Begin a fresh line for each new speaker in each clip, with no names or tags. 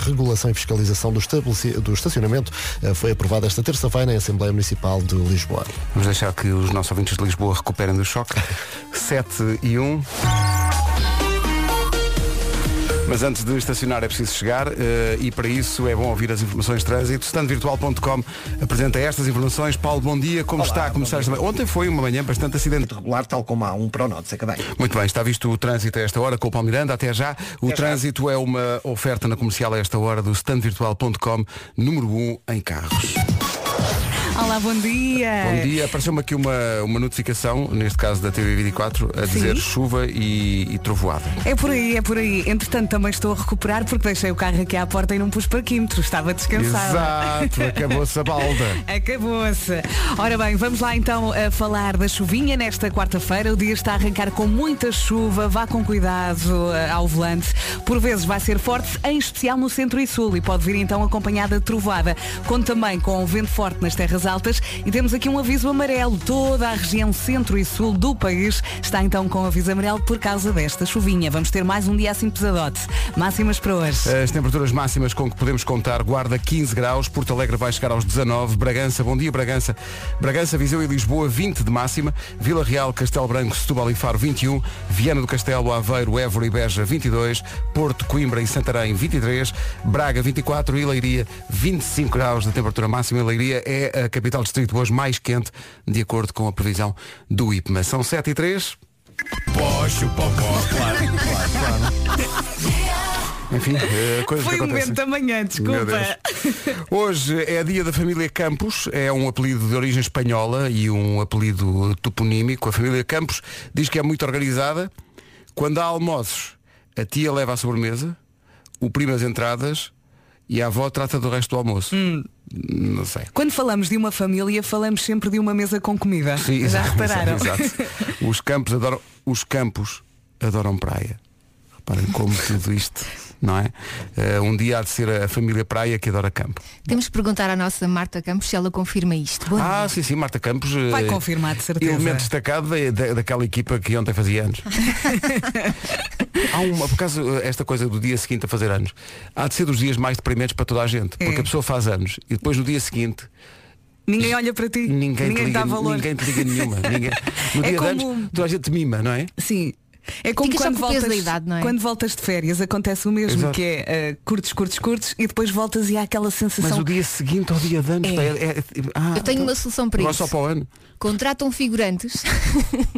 regulação e fiscalização do, estabeleci- do estacionamento eh, foi aprovada esta terça-feira em Assembleia Municipal de Lisboa.
Vamos deixar que os nossos ouvintes de Lisboa recuperem do choque. 7 e 1. Mas antes de estacionar é preciso chegar eh, e para isso é bom ouvir as informações de trânsito. Standvirtual.com apresenta estas informações. Paulo, bom dia. Como está a começar esta manhã? Ontem foi uma manhã bastante acidente.
regular, tal como há um para o Notes. Acabei.
Muito bem, está visto o trânsito a esta hora com o Paulo Miranda. Até já. O
Até já.
trânsito é uma oferta na comercial a esta hora do standvirtual.com, número 1 em carros.
Olá, bom dia.
Bom dia, apareceu-me aqui uma, uma notificação, neste caso da TV24, a dizer chuva e, e trovoada.
É por aí, é por aí. Entretanto, também estou a recuperar porque deixei o carro aqui à porta e não pus parquímetro. Estava descansada.
Exato, acabou-se a balda.
Acabou-se. Ora bem, vamos lá então a falar da chuvinha nesta quarta-feira. O dia está a arrancar com muita chuva. Vá com cuidado eh, ao volante. Por vezes vai ser forte, em especial no centro e sul, e pode vir então acompanhada de trovoada. Conto também com vento forte nas terras altas e temos aqui um aviso amarelo. Toda a região centro e sul do país está então com aviso amarelo por causa desta chuvinha. Vamos ter mais um dia assim pesadote. Máximas para hoje.
As temperaturas máximas com que podemos contar, Guarda 15 graus, Porto Alegre vai chegar aos 19, Bragança, bom dia Bragança, Bragança, Viseu e Lisboa 20 de máxima, Vila Real, Castelo Branco, Setúbal e Faro 21, Viana do Castelo, Aveiro, Évora e Beja 22, Porto, Coimbra e Santarém 23, Braga 24 e Leiria 25 graus de temperatura máxima. E Leiria é a capital distrito hoje mais quente, de acordo com a previsão do IPMA. São 7 e 3. Enfim, eh, coisas
Foi
que
o
acontecem.
momento da manhã,
Meu
desculpa.
Deus. Hoje é dia da família Campos, é um apelido de origem espanhola e um apelido toponímico. A família Campos diz que é muito organizada. Quando há almoços, a tia leva a sobremesa, o primo as entradas e a avó trata do resto do almoço.
Hum.
Não sei.
Quando falamos de uma família, falamos sempre de uma mesa com comida.
Sim,
Já
exato,
repararam?
exato, exato. Os campos adoram, os campos adoram praia. Reparem como tudo isto, não é? Eh, um dia há de ser a família praia que adora campo.
Temos que perguntar à nossa Marta Campos se ela confirma isto. Bom
Ah,
dia.
sim, sim, Marta Campos. eh,
Vai confirmar, de certeza.
Elemento destacado da, da- daquela equipa que ontem fazia anos. Há uma, por causa eh, esta coisa do dia seguinte a fazer anos, há de ser dos dias mais deprimentes para toda a gente,
É.
porque a pessoa faz anos e depois no dia seguinte
Ninguém olha para ti,
ninguém, te,
dá
liga,
valor.
ninguém te liga nenhuma. ninguém- No
É
dia de
como-
anos toda a gente te mima, não é?
Sim. É como
Fica só
quando
com o peso
voltas,
da idade, não é?
quando voltas de férias, acontece o mesmo,
Exato.
que é uh, curtos, curtos, curtos e depois voltas e há aquela
Mas
sensação.
o dia seguinte ao dia de anos
É.
pá, é- é- ah,
Eu tenho
então,
uma solução para
agora
isso.
só para o ano.
Contratam figurantes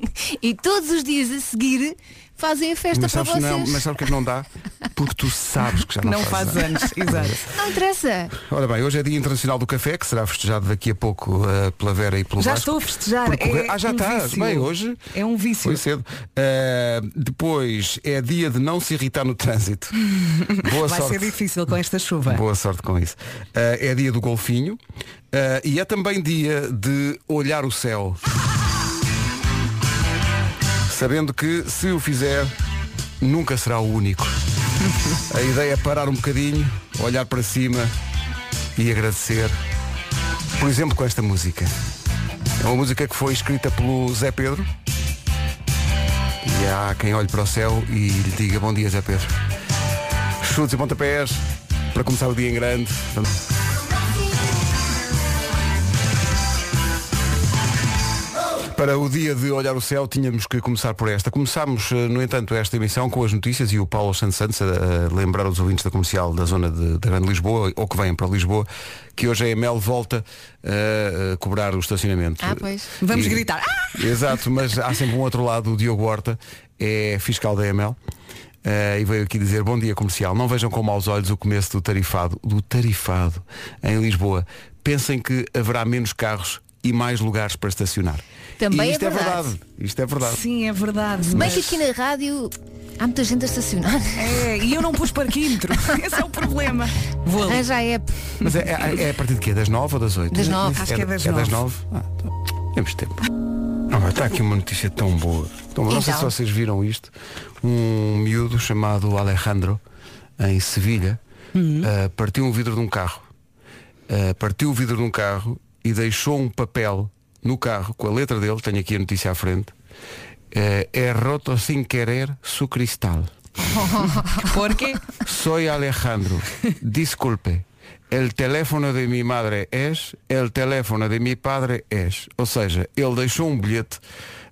e todos os dias a seguir fazem a festa
Mas
para
sabes,
vocês.
não,
Não,
mas sabes o que é que não dá? Porque tu sabes que já não,
não faz
anos.
anos, exato.
interessa.
Ora bem, hoje é Dia Internacional do Café, que será festejado daqui a pouco eh, pela Vera e pelo
Já
Vasco.
estou a festejar.
Por correr-
É
ah, já
um
está.
vício.
Bem, hoje
É um vício.
foi cedo. Eh, depois é dia de não se irritar no trânsito. Boa
Vai
sorte.
ser difícil com esta chuva.
Boa sorte com isso. Eh, é dia do golfinho eh, e é também dia de olhar o céu. Sabendo que se o fizer, nunca será o único. A ideia é parar um bocadinho, olhar para cima e agradecer. Por exemplo, com esta música. É uma música que foi escrita pelo Zé Pedro. E há quem olhe para o céu e lhe diga bom dia, Zé Pedro. Chutes e pontapés para começar o dia em grande. Para o dia de olhar o céu, tínhamos que começar por esta. Começámos, eh, no entanto, esta emissão com as notícias e o Paulo Santos Santos a, a lembrar os ouvintes da comercial da zona de, da Grande Lisboa, ou que vêm para Lisboa, que hoje a EML volta eh, a cobrar o estacionamento.
Ah, pois.
Vamos
E-
gritar. "Ah!"
Exato, mas há sempre um outro lado, o Diogo Horta é fiscal da EML. eh, e veio aqui dizer bom dia comercial. Não vejam com maus olhos o começo do tarifado, do tarifado em Lisboa. Pensem que haverá menos carros e mais lugares para estacionar.
Também
e
é
isto é
verdade.
verdade. Isto é verdade.
Sim, é verdade.
Se bem que aqui na rádio há muita gente a estacionar.
É, e eu não pus parquímetro. Esse é o problema. Vou ali.
Arranja a app.
Mas é, é- é a partir de quê? Das 9 ou das 8?
Das nove.
Acho que é das
É das
nove.
9? Ah, então, temos tempo. Ah, está aqui uma notícia tão boa. Tão boa. Não sei se
Então.
vocês viram isto. Um miúdo chamado Alejandro, em Sevilha,
Uhum.
ah, partiu um vidro de um carro. Ah, partiu o vidro de um carro e deixou um papel no carro com a letra Ah, dele, tenho aqui a notícia à frente. É roto sem querer su cristal.
Porque
Soy Alejandro. Disculpe. El teléfono de mi madre es, el teléfono de mi padre es. Ou seja, ele deixou um bilhete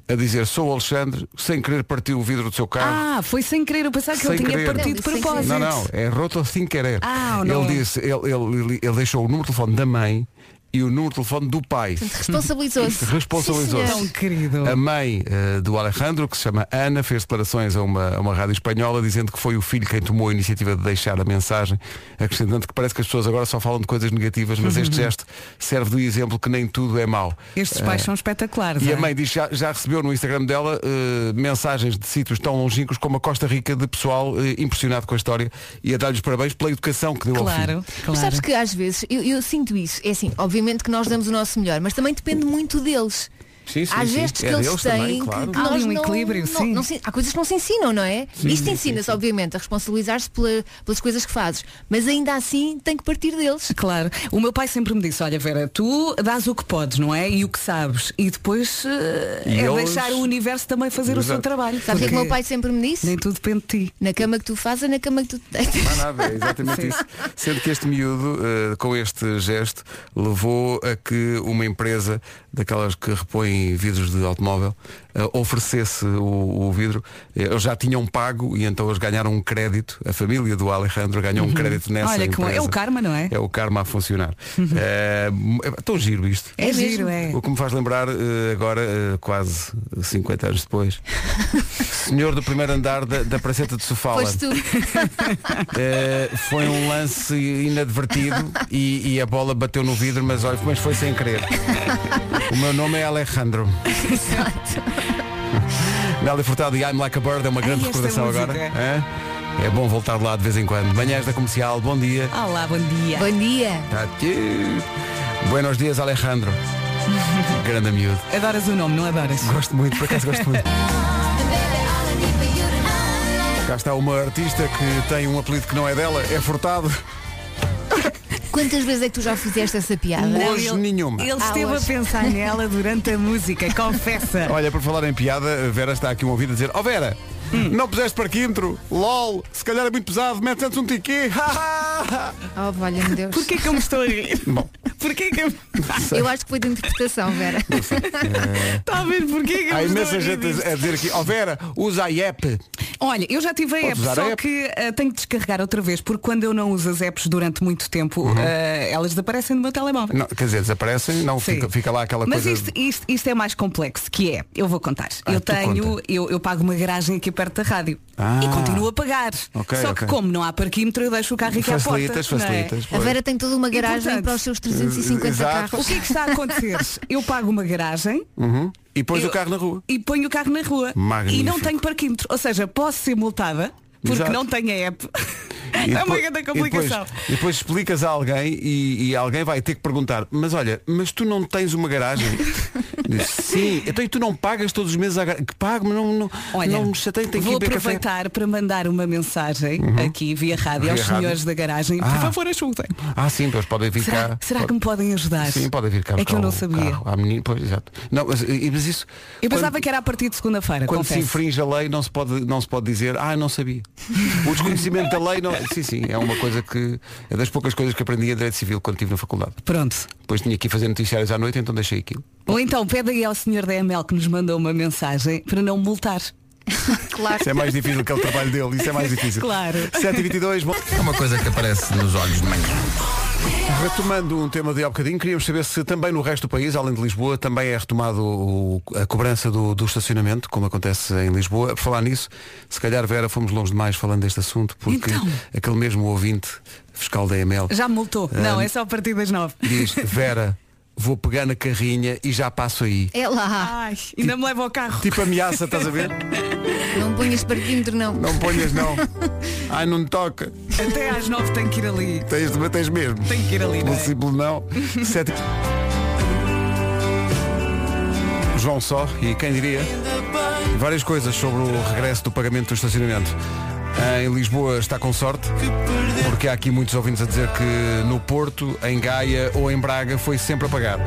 a dizer sou Alexandre, sem querer partir o vidro do seu carro.
Ah, foi sem querer, eu pensava que
Sem
ele tinha
querer.
partido de
Não, sem
propósito.
não, não, é roto sem querer.
Ah, ou não.
ele disse, ele, ele, ele- ele deixou o número de telefone da mãe e o número de telefone do pai.
Responsabilizou-se.
Responsabilizou-se.
Sim,
Tão
senhor.
querido.
A mãe eh, do Alejandro, que se chama Ana, fez declarações a uma, a uma rádio espanhola dizendo que foi o filho quem tomou a iniciativa de deixar a mensagem, acrescentando que parece que as pessoas agora só falam de coisas negativas, mas este gesto serve de exemplo que nem tudo é mau.
Estes
Eh,
pais são espetaculares.
e
não
a
é?
mãe diz que já, já recebeu no Instagram dela eh, mensagens de sítios tão longínquos como a Costa Rica de pessoal eh, impressionado com a história e a dar-lhes parabéns pela educação que deu ao filho.
Claro,
Mas sabes
claro.
que às vezes eu, eu sinto isso. É assim, obviamente que nós damos o nosso melhor, mas também depende muito deles.
Sim, sim,
Há
sim.
gestos
É
que
deles
eles têm
também,
que-
claro.
que
Há ali
nós
um
não-
equilíbrio,
não-
sim.
não se- há coisas que não se ensinam, não é? Isto ensina-se, obviamente, a responsabilizar-se pela- pelas coisas que fazes. Mas ainda assim tem que partir deles.
Claro. O meu pai sempre me disse, olha Vera, tu dás o que podes, não é? E o que sabes. E depois eh,
E
é
eles-
deixar o universo também fazer o seu
Exato.
trabalho.
Sabe o que é que o meu
porque
pai sempre me disse?
Nem tudo depende de ti.
Na cama que tu fazes, é na cama que tu tens.
Mais nada, é exatamente
Sim.
isso. Sendo que este miúdo, eh, com este gesto, levou a que uma empresa daquelas que repõem vidros de automóvel eh, oferecesse o, o vidro. Eh, Eles já tinham pago e então eles ganharam um crédito. A família do Alejandro ganhou um crédito nessa
Uhum. Olha que bom.
empresa.
É o karma, não é?
É o karma a funcionar. Eh, é tão giro isto.
É, giro,
mesmo.
é.
O que me faz lembrar eh, agora, eh, quase 50 anos depois, senhor do primeiro andar da, da praceta de Sofala.
Pois tu.
Uh, foi um lance inadvertido e, e a bola bateu no vidro, mas olha, mas foi sem querer. O meu nome é Alejandro. Nália Furtado e I'm Like a Bird é uma grande
Ai, esta
recordação
música.
agora. hã? É bom voltar lá de vez em quando. Manhãs da comercial, bom dia.
é. Olá, bom dia.
Bom dia.
Tati. Buenos dias, Alejandro. Grande miúdo.
Adoras o nome, não adoras?
Gosto muito, por acaso gosto muito. Cá está uma artista que tem um apelido que não é dela, é Furtado.
Quantas vezes é que tu já fizeste essa piada?
Não,
Hoje
ele-
nenhuma.
Ele
Ah,
esteve a
hoje.
pensar nela durante a música, confessa.
Olha, por falar em piada, a Vera está aqui um ouvido a dizer, ó Vera, não puseste parquímetro, lol, se calhar é muito pesado, mete antes um tiquê,
Oh, valha-me Deus.
Porquê que eu me estou a rir?
Bom.
Porquê que eu...
Eu acho que foi de interpretação, Vera.
Está Tá a ver porquê que eu
É. Há É.
me estou a
imensa
rir
gente
disto?
a dizer aqui, ó Vera, usa a app.
Olha, eu já tive a
Podes
app,
usar a
só
app.
que ah, tenho que descarregar outra vez, porque quando eu não uso as apps durante muito tempo,
Uhum.
ah, elas desaparecem do meu telemóvel.
Não, quer dizer, desaparecem, não,
Sim.
fica, fica lá aquela
Mas
coisa...
isto, isto, isto é mais complexo, que é, eu vou contar.
Ah,
eu
tu
tenho,
conta.
eu, eu pago uma garagem aqui perto da rádio
Ah.
e continuo a pagar.
Ok,
Só que
ok.
como não há parquímetro, eu deixo o carro aqui
Facilitas,
à porta. não é?
facilitas.
A
pois.
Vera tem toda uma
E,
garagem
portanto,
para os seus 350
exato.
carros.
O que é que está a acontecer? eu pago uma garagem
Uhum. E pões
Eu-
o carro na rua.
e ponho o carro na rua
Magnífico.
e não tenho parquímetro. Ou seja, posso ser multada porque
Exato.
não tenho a app.
E
é uma
depois-
grande
E
complicação.
depois, e depois explicas a alguém e, e alguém vai ter que perguntar, mas olha, mas tu não tens uma garagem? Diz, Sim, então e tu não pagas todos os meses a garagem? Que pago, mas não, não,
Olha,
não me chatei, tenho
vou
que ir beber café. Uhum.
aproveitar para mandar uma mensagem aqui via rádio
Via
aos
rádio.
senhores da garagem.
Ah.
Por favor, ajudem.
Ah, sim, pois podem vir cá.
Será, será que
Pode-
me podem ajudar?
Sim, podem vir cá.
É que
buscar
eu não
o
sabia.
carro à menina, pois, exato. Não, mas, e- mas isso.
Eu pensava
quando,
que era a partir de segunda-feira.
Quando se
confesso.
infringe a lei, não se pode, não se pode dizer, ah, não sabia. O desconhecimento da lei, não. Sim, sim, é uma coisa que. É das poucas coisas que aprendi em Direito Civil quando estive na faculdade.
Pronto.
Depois tinha que ir fazer noticiários à noite, então deixei aquilo.
Ou então pede aí ao senhor da ML que nos mandou uma mensagem para não multar.
Claro.
Isso é mais difícil que o trabalho dele, isso é mais difícil.
Claro.
7h22, bom.
É uma coisa que aparece nos olhos de manhã.
Retomando um tema de há bocadinho, queríamos saber se também no resto do país, além de Lisboa, também é retomado o- a cobrança do, do estacionamento, como acontece em Lisboa. Por falar nisso, se calhar, Vera, fomos longe demais falando deste assunto, porque
Então.
aquele mesmo ouvinte fiscal da ML
Já me multou. Não,
Ah.
é só a partir das nove.
diz, Vera, vou pegar na carrinha e já passo aí.
É lá.
Ai, ainda me leva ao carro.
Tipo ameaça, estás a ver?
Não ponhas parquímetro, não.
Não ponhas não. Ai, não me toca.
Até às nove tenho que ir ali.
Tens, tens mesmo.
Tenho que ir ali, não
Pelo
é?
simples não. Sete- João só, e quem diria? Várias coisas sobre o regresso do pagamento do estacionamento. Em Lisboa está com sorte, porque há aqui muitos ouvintes a dizer que no Porto, em Gaia ou em Braga foi sempre a pagar.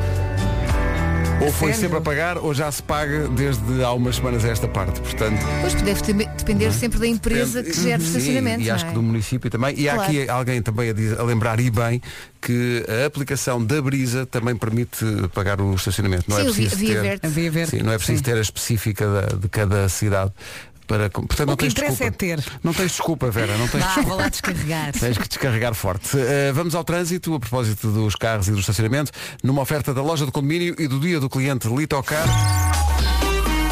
Ou foi
Sério?
sempre a pagar ou já se paga desde há umas semanas a esta parte. Portanto,
Pois tu deve teme- depender sempre da empresa que gera o
Uhum. Sim,
estacionamento.
E
não
acho
é?
que do município também. E há
Claro.
aqui alguém também a, dizer- a lembrar e bem que a aplicação da Brisa também permite pagar o estacionamento. Não
Sim,
é
o Via-
preciso
Via
ter,
Verde.
A Via Verde,
Sim, não é preciso
sim.
ter a específica da- de cada cidade para com- portanto, não
que
tens
interessa
desculpa.
é ter.
Não tens desculpa, Vera, não tens
Vá,
desculpa.
vou lá descarregar.
Tens que descarregar forte. Eh, vamos ao trânsito, a propósito dos carros e do estacionamento, numa oferta da loja de condomínio e do dia do cliente Litocar.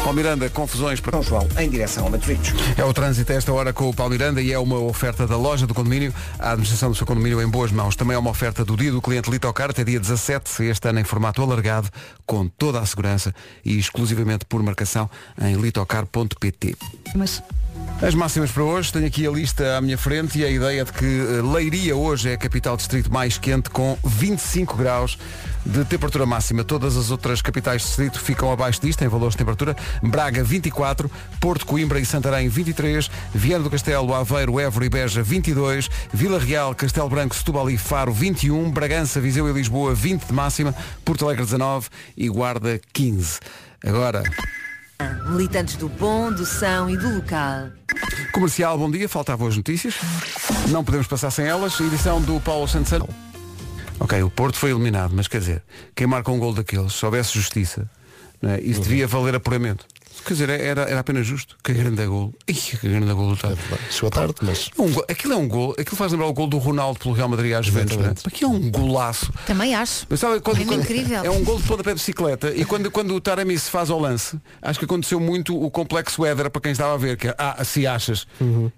Paulo Miranda, confusões para
São João, em direção a Matosinhos.
é o trânsito a esta hora com o Paulo Miranda e é uma oferta da loja do condomínio, a administração do seu condomínio em boas mãos. Também é uma oferta do dia do cliente Litocar até dia 17, este ano em formato alargado, com toda a segurança e exclusivamente por marcação em litocar.pt.
Mas
As máximas para hoje, tenho aqui a lista à minha frente e a ideia de que eh, Leiria hoje é a capital distrito mais quente com 25 graus de temperatura máxima. Todas as outras capitais de distrito ficam abaixo disto em valores de temperatura. Braga 24, Porto Coimbra e Santarém 23, Viana do Castelo, Aveiro, Évora e Beja 22, Vila Real, Castelo Branco, Setúbal e Faro 21, Bragança, Viseu e Lisboa 20 de máxima, Porto Alegre 19 e Guarda 15. Agora,
Militantes do bom, do são e do local.
Comercial, bom dia. Faltavam as notícias. Não podemos passar sem elas. Edição do Paulo Santos. Santos. Ok, o Porto foi eliminado, mas quer dizer, quem marca um gol daqueles, se houvesse justiça, não é? isso devia valer apuramento. Quer dizer, era, era apenas justo. Que grande gol. Ih, que grande gol do Otávio.
É Chegou tarde, mas
Um gol- aquilo é um gol, aquilo faz lembrar o gol do Ronaldo pelo Real Madrid às Juventus, não é?
Exatamente.
Aquilo é um golaço.
Também acho.
Mas sabe, quando,
É
quando-
incrível.
é um gol de pontapé de bicicleta e quando, quando o Taremi se faz ao lance, acho que aconteceu muito o complexo Éder para quem estava a ver, que é, ah, se achas.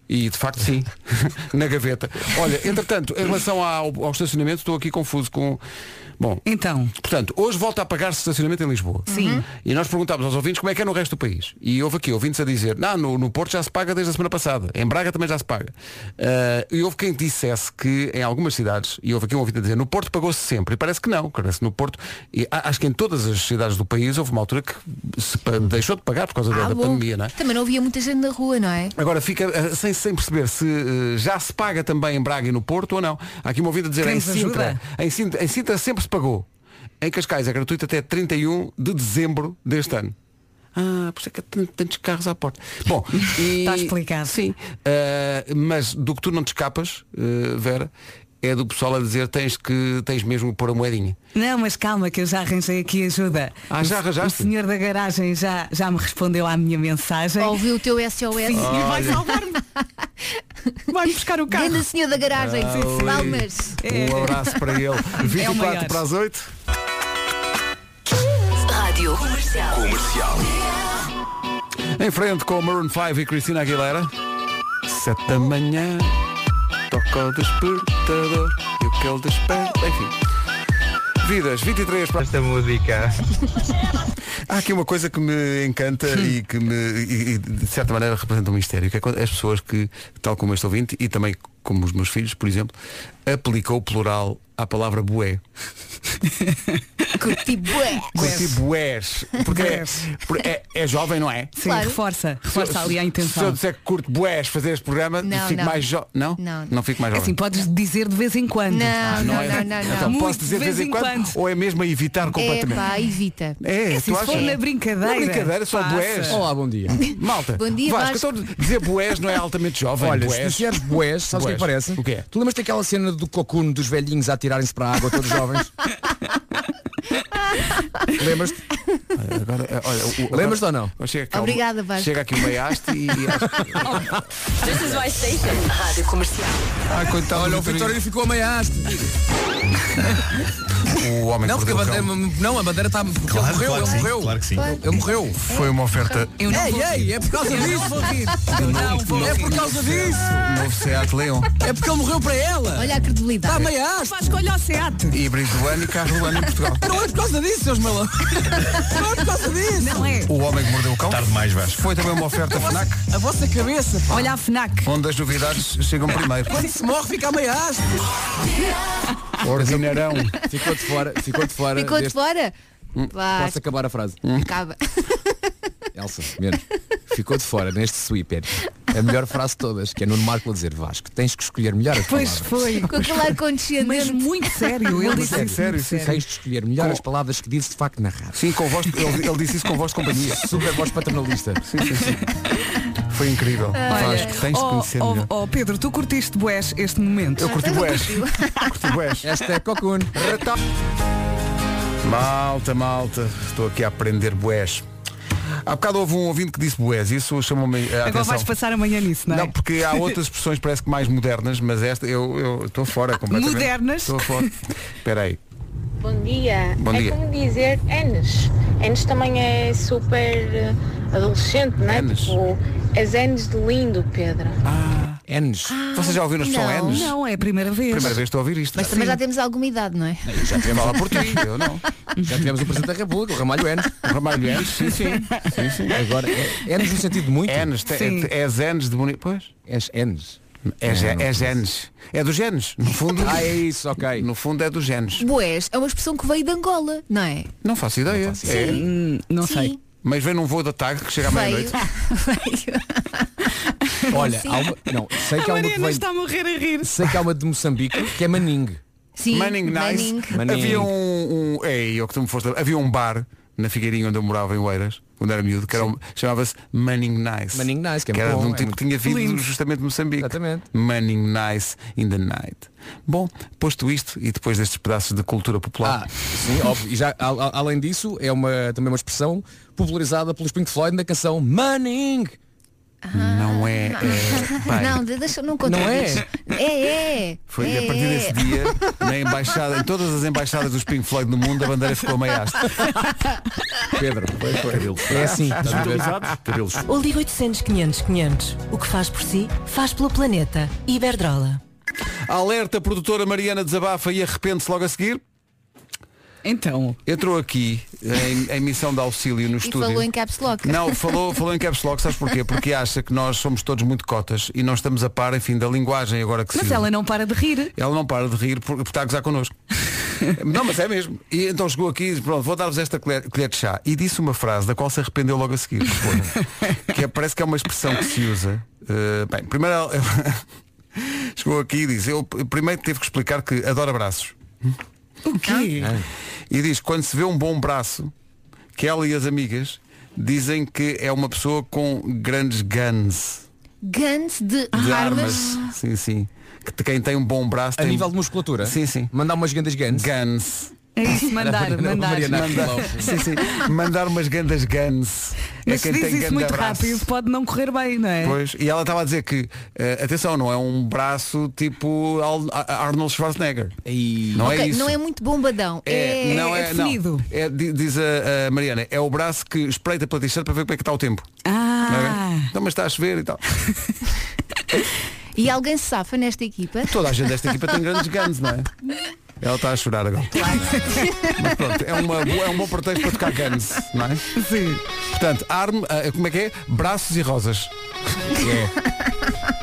E de facto sim, na gaveta. Olha, entretanto, em relação ao, ao estacionamento, estou aqui confuso com. Bom,
então,
portanto, hoje volta a pagar-se estacionamento em Lisboa. Sim. E nós perguntámos aos ouvintes como é que é no resto do país. E houve aqui ouvintes a dizer, não, no, no Porto já se paga desde a semana passada, em Braga também já se paga. Ah, e houve quem dissesse que em algumas cidades, e houve aqui um ouvinte a dizer, no Porto pagou-se sempre. E parece que não, parece que no Porto, e a- acho que em todas as cidades do país houve uma altura que se pa- deixou de pagar por causa da,
Ah,
da
bom.
pandemia, não é?
Também não havia muita gente na rua, não é?
Agora fica eh, sem, sem perceber se eh, já se paga também em Braga e no Porto ou não. Há aqui uma ouvinte a dizer em
Queremos
Sintra,
ajuda?
em Sintra. Em Sintra sempre se pagou. Em Cascais é gratuito até 31 de dezembro deste ano. Ah, por isso é que há tant- tantos carros à porta. Bom, e-
Está explicado.
Sim. eh, mas do que tu não te escapas, eh, Vera, é do pessoal a dizer tens que tens mesmo que pôr a moedinha.
não, mas calma que eu já arranjei aqui ajuda.
Ah, já
O-
arranjaste?
O senhor da garagem já, já me respondeu à minha mensagem.
Ouviu o teu SOS.
Sim, e vai salvar-me. Vai-me buscar o carro.
Grande senhor da garagem.
Ah,
Palmas.
É.
Um abraço para ele. 24
maior.
para as 8.
Rádio Comercial.
Em frente com Maroon 5 e Cristina Aguilera. 7 da manhã, toca o despertador e o que ele desperta, enfim. Vidas, 23 para...
esta música.
Há aqui uma coisa que me encanta e que me, e- e, de certa maneira representa um mistério, que é quando as pessoas que, tal como este ouvinte e também como os meus filhos, por exemplo, aplicou o plural à palavra bué.
Curti bué.
Curti bués. Porque é, porque é- é jovem, não é?
Sim,
Claro.
reforça, reforça ali a
Se eu
intenção.
disser que curto bués fazer este programa,
Não,
fico
não.
mais jovem. Não?
Não, não.
Não fico mais
É
jovem.
Assim, podes dizer de vez em
Ah,
quando.
Não, não, não, não,
Então
não.
Muito
posso dizer de vez em quando, ou é mesmo a evitar
É
completamente?
pá, evita.
É,
É, se
tu
isso for
achas?
na brincadeira.
Na brincadeira, só
passa.
boés.
Olá, bom dia.
Malta,
Bom dia, Vasco.
então dizer boés não é altamente jovem.
Olha, se
boés.
disseres boés, sabes o que é que
Boés.
parece?
O quê?
Tu lembras daquela cena do cocuno dos velhinhos a atirarem-se para a água, todos jovens? Lembras-te?
Agora, eh, olha, o- o-
Lembras-te ou não?
Mas Chega cá,
Obrigada,
uma,
Vasco.
Chega aqui uma haste e.
Rádio Comercial.
ah, coitado,
Olha, o Vitória ficou amaiaste.
O homem
Não,
que
porque a
perdeu o
bandeira.
cão.
Não, a bandeira está. Porque ele morreu,
claro que
ele
sim,
morreu.
claro que sim.
Ele morreu.
Foi uma oferta.
Eu não vou-
Ei, ei, é por causa disso. É por causa disso.
Novo Seat Leon.
É porque ele morreu para ela.
Olha a
Está
credibilidade.
amaiaste.
Vasco, olha o SEAT.
Híbrido do ano e carro do ano em Portugal.
Não é por causa disso, seus malandros. Não é por causa disso.
Não é.
O homem que mordeu o cão.
Tarde mais, Vasco.
Foi também uma oferta FNAC,
A vossa cabeça, pá.
Olha a FNAC.
onde as novidades chegam primeiro.
Quando se morre fica amaiaste.
Ordinarão.
Ficou de fora, ficou de fora.
Ficou de fora?
Hum,
Vá,
Posso acabar a frase.
acaba.
Elsa, menos. Ficou de fora neste sweeper.
a melhor frase de todas, que é Nuno Marco a dizer Vasco, tens que escolher melhor as
Pois
palavras.
foi.
Com aquele ar condescendente.
Mas muito sério. Ele disse
é
isso
sério,
muito
sim,
Tens de escolher melhor as palavras que disse de facto na rádio.
Sim, com voz, de- ele, ele disse isso com voz de companhia.
Super voz paternalista.
Sim, sim, sim. Foi incrível. Vasco, tens de
Oh,
conhecer
oh,
melhor.
oh, Pedro, tu curtiste boés este momento.
Eu curti bués. Curti bués.
Esta é Cocoon.
Malta, malta, estou aqui a aprender boés. Há bocado houve um ouvinte que disse boés, isso chamou-me a
Agora
atenção.
vais passar amanhã nisso, não é?
Não, porque há outras expressões parece que mais modernas, mas esta eu eu estou fora completamente.
Modernas?
Estou fora. Espera aí.
Bom dia.
Bom
é
dia.
como dizer Enes. Enes também é super eh, adolescente, não é?
Enes.
Tipo, és Enes de lindo, Pedro.
Enes.
Ah.
Você já ouviu a expressão
não.
Enes?
Não, é a primeira vez.
Primeira vez que estou a ouvir isto.
Mas também já temos alguma idade, não é?
já tivemos falar por ti, eu não.
Já tivemos o Presidente da República, o Ramalho Enes.
Ramalho é Enes, sim, sim. sim, sim.
Agora, é- Enes no sentido de muito.
Enes, te-
Sim.
te- és Enes é de bonito. Pois.
És Enes.
És,
Não, não
és
conheço.
Enes. É dos genes. No fundo,
Ah, é isso, ok.
no fundo é dos genes.
Boés é uma expressão que veio de Angola, não é?
Não faço ideia. É.
Hum, não sei.
Sim,
Mas vem num voo da tarde que chega à
veio.
meia-noite.
veio.
Olha, há uma, não, sei que há
A
uma que
Mariana
vem,
está a morrer a rir.
sei que há uma de Moçambique, que é Maningue.
Sim,
Manning Nice.
Manning.
Manning.
Havia um, um ei, eu que tu me foste, a- havia um bar na Figueirinha onde eu morava em Oeiras, quando era miúdo, que era um- chamava-se Manning Nice.
Manning Nice, que é
era
bom,
de
é
um tipo
muito
que tinha vindo
lindo.
justamente de Moçambique.
Exatamente.
Manning Nice in the night. Bom, posto isto e depois destes pedaços de cultura popular.
Ah, sim, óbvio. E já, a- a- além disso, é uma, também uma expressão popularizada pelos Pink Floyd na canção Manning. Ah.
não é. é, pai,
Ah, Não, de- deixa, não conta
Não é?
isso. É, é.
Foi
é,
a partir
é.
desse dia, na embaixada, em todas as embaixadas dos Pink Floyd no mundo, a bandeira ficou meia haste.
Pedro, é assim. estás a ver?
Olive 800 500 500. O que faz por si, faz pelo planeta. Iberdrola.
Alerta, produtora Mariana desabafa e arrepende-se logo a seguir.
Então,
Entrou aqui em, em missão de auxílio no
E
estúdio.
falou em caps lock.
Não, falou, falou em caps lock, sabes porquê? Porque acha que nós somos todos muito cotas e não estamos a par, enfim, da linguagem agora que
mas
se usa.
ela não para de rir.
Ela não para de rir por, por estar a gozar connosco. não, mas é mesmo. E então chegou aqui e disse, pronto, vou dar-vos esta colher, colher de chá. E disse uma frase da qual se arrependeu logo a seguir. que foi- que é- parece que é uma expressão que se usa. Eh, bem, primeiro ela, chegou aqui e disse, eu primeiro teve que explicar que adora braços. Ah.
O quê?
E diz, quando se vê um bom braço, que ela e as amigas dizem que é uma pessoa com grandes guns
Guns de,
de
Ah,
armas.
armas. Sim, sim. Que te- quem tem um bom braço
A
tem
nível de musculatura.
Sim, sim.
Mandar umas grandes guns.
guns.
É isso, mandar, mandar.
Mariana
Mandar,
Arquelau.
sim, sim. Mandar umas grandes guns.
Mas
é
se
quem
diz
tem
isso
grande
muito
braço.
rápido, pode não correr bem, não é?
Pois, e ela estava a dizer que, eh, atenção, não é um braço tipo Al- a- Arnold Schwarzenegger.
E-
Não é
Ok,
isso.
não é muito bombadão. É,
não
um- é definido.
Não. É, di- diz a, a Mariana, é o braço que espreita pela t-shirt para ver como é que está o tempo. Não é?
Ah,
Então, mas está a chover e tal.
E alguém se safa nesta equipa?
Toda a gente desta equipa tem grandes ganhos, não é? Ela está a chorar agora. Mas pronto, é, uma, boa- é um bom pretexto para tocar guns, não é?
sim.
Portanto, arme, ah, como é que é? Braços e rosas.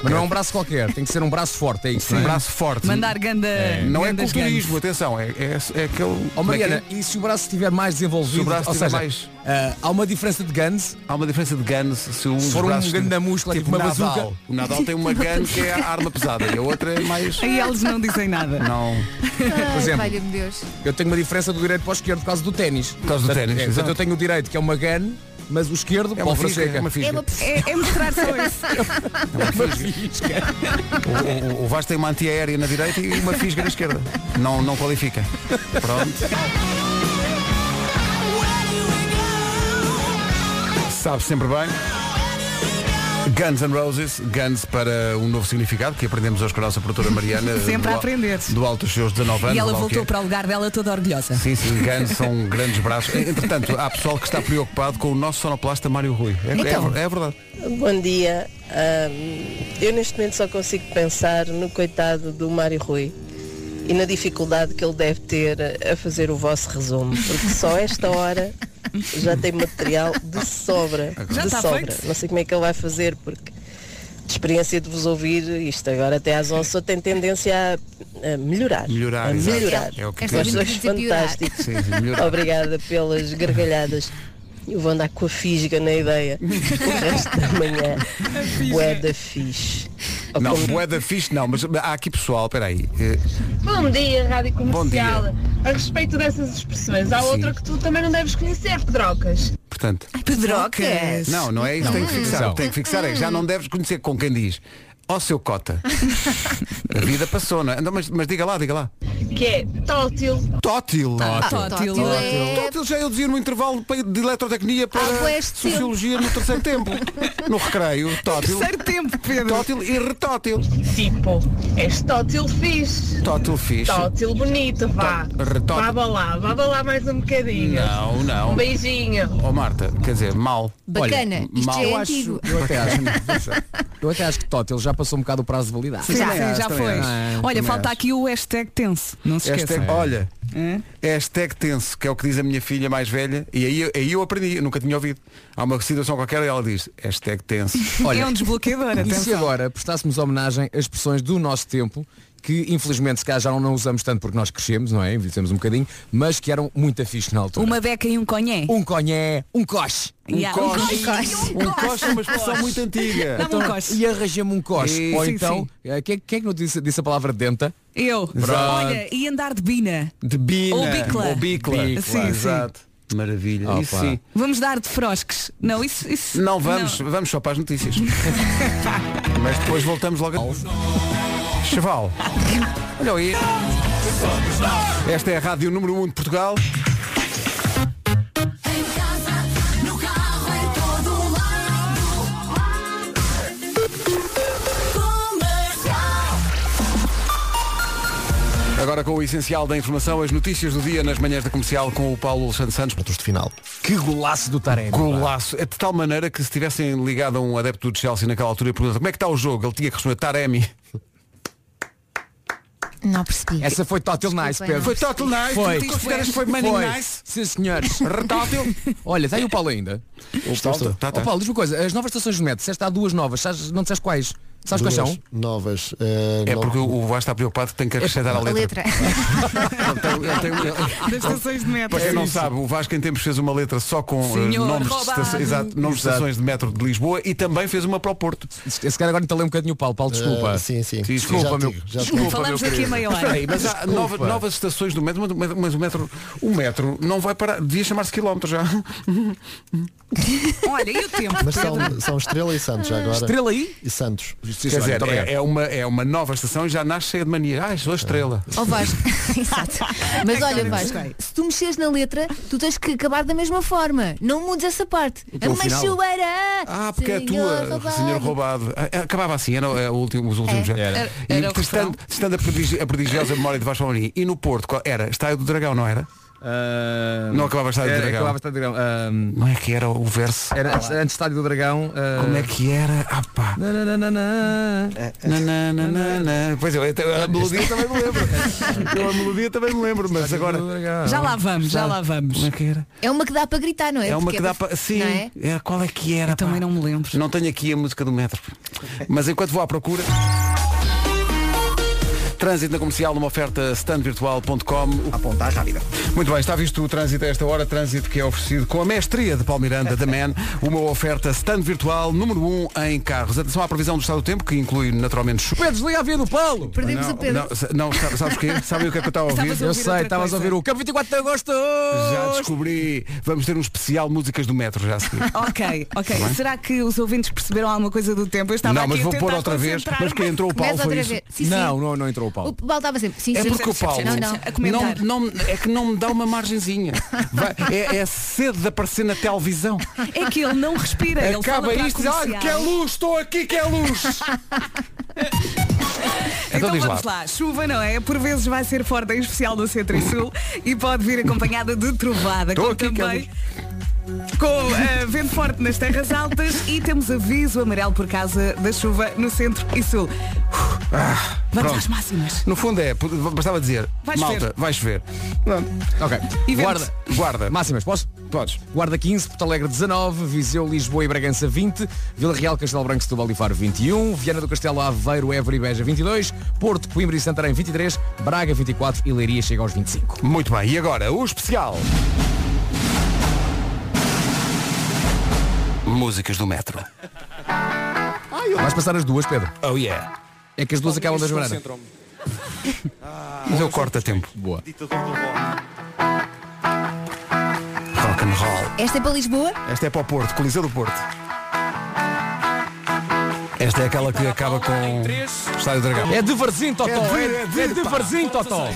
Mas não é um braço qualquer, tem que ser um braço forte, é isso.
Um
não é?
braço forte.
Mandar ganda.
Não é
gandas
culturismo, atenção, é, é, é aquele.
Ó Oh, Mariana,
como é que é?
e se o braço estiver mais desenvolvido?
Se o braço
ou
estiver
seja,
mais-
ah, há uma diferença de guns,
Há uma diferença de guns se é? um dos
for um
braços
grande
tem-
músculo,
tipo
tipo uma
Nadal.
bazuca.
O Nadal tem uma gun que é a arma pesada e a outra é mais.
Aí eles não dizem nada.
Não.
Ai,
exemplo.
valha-me Deus.
eu tenho uma diferença do direito para o esquerdo por causa do ténis. Por
causa do ténis,
é,
exato.
portanto, eu tenho o direito que é uma gun, mas o esquerdo,
É uma
pólvora
fisca.
seca.
É uma
É
fisca.
uma pessoa.
É, é mostrar só isso.
O, o, o Vasco tem uma antiaérea na direita e uma fisga na esquerda. Não, não qualifica. Pronto. Sabe sempre bem. Guns N' Roses, Guns para um novo significado que aprendemos hoje com a nossa produtora Mariana. do
Sempre a
al-
aprender.
Do alto dos seus 19 anos.
E ela
lá o quê.
voltou para o lugar dela toda orgulhosa.
Sim, sim, Guns são grandes braços. Entretanto, há pessoal que está preocupado com o nosso sonoplasta Mário Rui. É, é
Então.
ver- é verdade.
Bom dia. eu neste momento só consigo pensar no coitado do Mário Rui e na dificuldade que ele deve ter a fazer o vosso resumo, porque só esta hora já tem material de sobra.
Já
de
está
sobra.
feito.
Não sei como é que ele vai fazer, porque de experiência de vos ouvir, isto agora até às 11 só tem tendência a, a melhorar.
Melhorar,
a
exato.
melhorar.
É o que
Esta
Mas sois
ouvinte quer dizer piorar.
fantásticos.
Sim, sim, melhorar.
Obrigada pelas gargalhadas. Eu vou andar com a fisga na ideia. O resto da manhã. Bué da fixe. Ou
Não,
como-
moeda fixe não, mas há aqui pessoal, peraí. eh,
Bom dia, Rádio
Bom dia.
Comercial. A respeito dessas expressões, há
Sim.
outra que tu também não deves conhecer, Pedrocas.
Portanto.
Pedrocas?
Não, não é isso que tem que fixar. o que Tem que fixar é que já não deves conhecer com quem diz. Ó seu cota. A vida passou, não é? Não, mas, mas diga lá, diga lá.
Que é tótil.
Tótil.
Ah, tótil. Tótil é-
Tótil Então, já eu dizia no intervalo pa- de eletrotecnia para
Ah, pois, sim.
sociologia no terceiro tempo. No recreio, tótil.
Terceiro
tempo, Pedro.
Tótil e retótil.
Tipo, és tótil fixe.
Tótil fixe.
Tótil bonito, vá.
Retótil.
Vá balar, vá balar mais um bocadinho.
Não, não.
Um beijinho.
Ó Oh, Marta, quer dizer, mal.
Bacana,
Olha,
isto
mal.
é
Eu
antigo.
acho-
Eu até acho, eu até acho que Tótil já passou um bocado o prazo de validade.
Sim, sim, já foi. Olha, falta aqui o hashtag tenso. Não se
Hashtag-
esqueça.
é, olha, hashtag tenso, que é o que diz a minha filha mais velha, e aí, aí eu aprendi, eu nunca tinha ouvido. Há uma situação qualquer e ela diz, hashtag tenso.
Olha,
É um
Um
desbloqueador,
E se
atenção.
agora prestássemos homenagem às expressões do nosso tempo, que infelizmente se calhar já não usamos tanto porque nós crescemos, não é? Envelhecemos um bocadinho, mas que eram muito afixe na altura.
Uma beca e um conhé.
Um conhé, um coche.
Um Yeah, um coche. coche. Um
Um coche é uma expressão muito antiga.
Dá-me um coche.
E arranjamos um coche.
E-
Ou
Sim,
então,
sim.
eh, quem, quem é que não disse, disse a palavra denta?
Eu.
Pronto.
Olha, e andar de bina.
De bina.
Ou bicla.
Ou bicla.
Sim, sim.
Exato. Maravilha.
Opa.
Isso sim.
Vamos dar de frosques. Não, isso. isso
Não vamos, vamos só para as notícias. Mas depois voltamos logo a... Chaval. Olha aí. Esta é a Rádio Número 1 de Portugal. Agora com o essencial da informação, as notícias do dia nas manhãs da comercial com o Paulo Alexandre Santos.
Pontos de final.
Que golaço do Taremi.
Golaço. É de tal maneira que se tivessem ligado a um adepto do Chelsea naquela altura e perguntado como é que está o jogo, ele tinha que responder Taremi.
Não percebi.
Essa foi Tótil Nice,
não
Pedro.
Foi percebi. Tótil Nice?
Foi.
Tu consideras que foi
Manning
Foi.
Nice?
Sim, senhores.
Retótil.
Olha, tem o Paulo ainda. O
Estou, estou. Tá, tá.
Paulo, diz uma coisa. As novas estações de metro, disseste há duas novas. sabes- não disseste quais? Sabes quais
Duas
são?
Novas.
É porque o Vasco está preocupado que tem que acrescentar é a letra. Ele tem- ele tem- ele-
Das estações de metro.
Para quem não sabe, o Vasco em tempos fez uma letra só com eh,
É Senhor
nomes, de
roubado.
estações, exato, nomes de
Exato.
estações de metro de Lisboa e também fez uma para o Porto.
Esse cara agora entalei um bocadinho o Paulo. Paulo, desculpa.
Eh, sim, sim.
Sim, Desculpa,
Já
meu.
digo, já
desculpa,
Falamos
meu
aqui a
querido.
meia hora.
Espera aí, mas há
Desculpa.
nova- novas estações do metro, mas, mas o metro, o metro não vai parar, devia chamar-se quilómetro já.
Olha, e o tempo?
Mas são,
Pedro?
são Estrela e Santos já agora.
Estrela aí?
E Santos.
Quer dizer, é, é uma, é uma nova estação e já nasce cheia de mania. Ah, sou estrela.
Ó Vasco, exato. Mas
Agora
olha,
gostei.
Vasco, se tu mexeres na letra, tu tens que acabar da mesma forma. Não mudes essa parte.
Até
A
o final.
machoeira!
Então, Ah, porque é a
Senhor
tua,
roubado.
senhor roubado. Ah, Acabava assim, era, era o último- os últimos.
É.
Era.
Era-
E
era o
testando, testando a, prodigi- a prodigiosa memória de Vasco Amorim. E no Porto, qual- era Estádio do Dragão, não era?
Ah,
Não acabava o Estádio do
era-
Dragão.
Acabava o Estádio do Dragão. Ah,
Não é que era o verso.
era antes- antes do Estádio do Dragão. ah,
Como é que era? Ah pá.
na, na, na, na, na.
Na, na, na, na, na. Pois é, até- a melodia também me lembro. Eu a melodia também me lembro, mas agora.
Do Dragão.
Já lá vamos, já lá vamos.
Como é que era?
É uma que dá para gritar, não é?
É uma
Porque
que dá para. Sim,
Não é?
é, qual é que era?
Eu também
pá?
não me lembro.
Não tenho aqui a música do metro. Mas enquanto vou à procura. Trânsito na comercial numa oferta standvirtual.com.
Apontar rápida.
Muito bem, está visto o trânsito a esta hora, trânsito que é oferecido com a mestria de Palmiranda da Man, uma oferta stand virtual número 1 um em carros. Atenção à previsão do estado do tempo, que inclui naturalmente chuva.
Pedro, desliga a via do Paulo.
Perdemos o Pedro.
Não, não, sa- sabes o quê? Sabem o que é que eu estava a ouvir?
Estavas a
Eu
ouvir
sei,
outra
estavas a
coisa.
ouvir o Campo 24 de Agosto.
Já descobri. Vamos ter um especial músicas do metro já a seguir.
Ok, ok.
Tá bem?
Será que os ouvintes perceberam alguma coisa do tempo? Eu estava
Não,
aqui
mas
a
vou
tentar
pôr outra vez,
concentrar-me.
mas quem entrou o Paulo
Começa
foi
outra
isso.
vez. Sim,
Não,
sim.
não, não entrou o Paulo.
O Paulo estava sempre. Sim,
É
sim,
porque o
sim,
Paulo
Não, não.
A comentar.
Não, não- é que não me dá uma margenzinha. Vai- é, é cedo de aparecer na televisão.
É que ele não respira. ele fala
Acaba
para a
isto, ah,
comercial.
que é luz, estou aqui, que é luz.
Então,
Então diz
vamos lá. chuva não é? Por vezes vai ser forte, em especial no centro e sul, e pode vir acompanhada de trovada,
Tô
com
aqui,
também. Com eh, vento forte nas terras altas e temos aviso amarelo por causa da chuva no centro e sul. Vamos
Ah, pronto.
às máximas.
No fundo é, pod- bastava dizer,
Vai chover.
malta, vai chover.
Ok.
E vemos.
Guarda.
Guarda,
Máximas, posso?
podes.
Guarda 15, Porto Alegre 19, Viseu, Lisboa e Bragança 20, Vila Real, Castelo Branco, Setúbal e Faro 21, Viana do Castelo, Aveiro, Évora e Beja 22, Porto, Coimbra e Santarém 23, Braga 24 e Leiria chega aos 25.
Muito bem, e agora o especial. Músicas do metro.
Vais passar as duas, Pedro.
Oh yeah.
É que as duas acabam da jornada.
Mas eu corto a tempo.
Boa.
Rock and roll.
Esta é para Lisboa?
Esta é para o Porto, Coliseu do Porto. Esta é aquela que acaba com Estádio do Dragão.
É de Varzim, Totó.
É de-
É
é
de,
de, pá.
Varzim, Totó.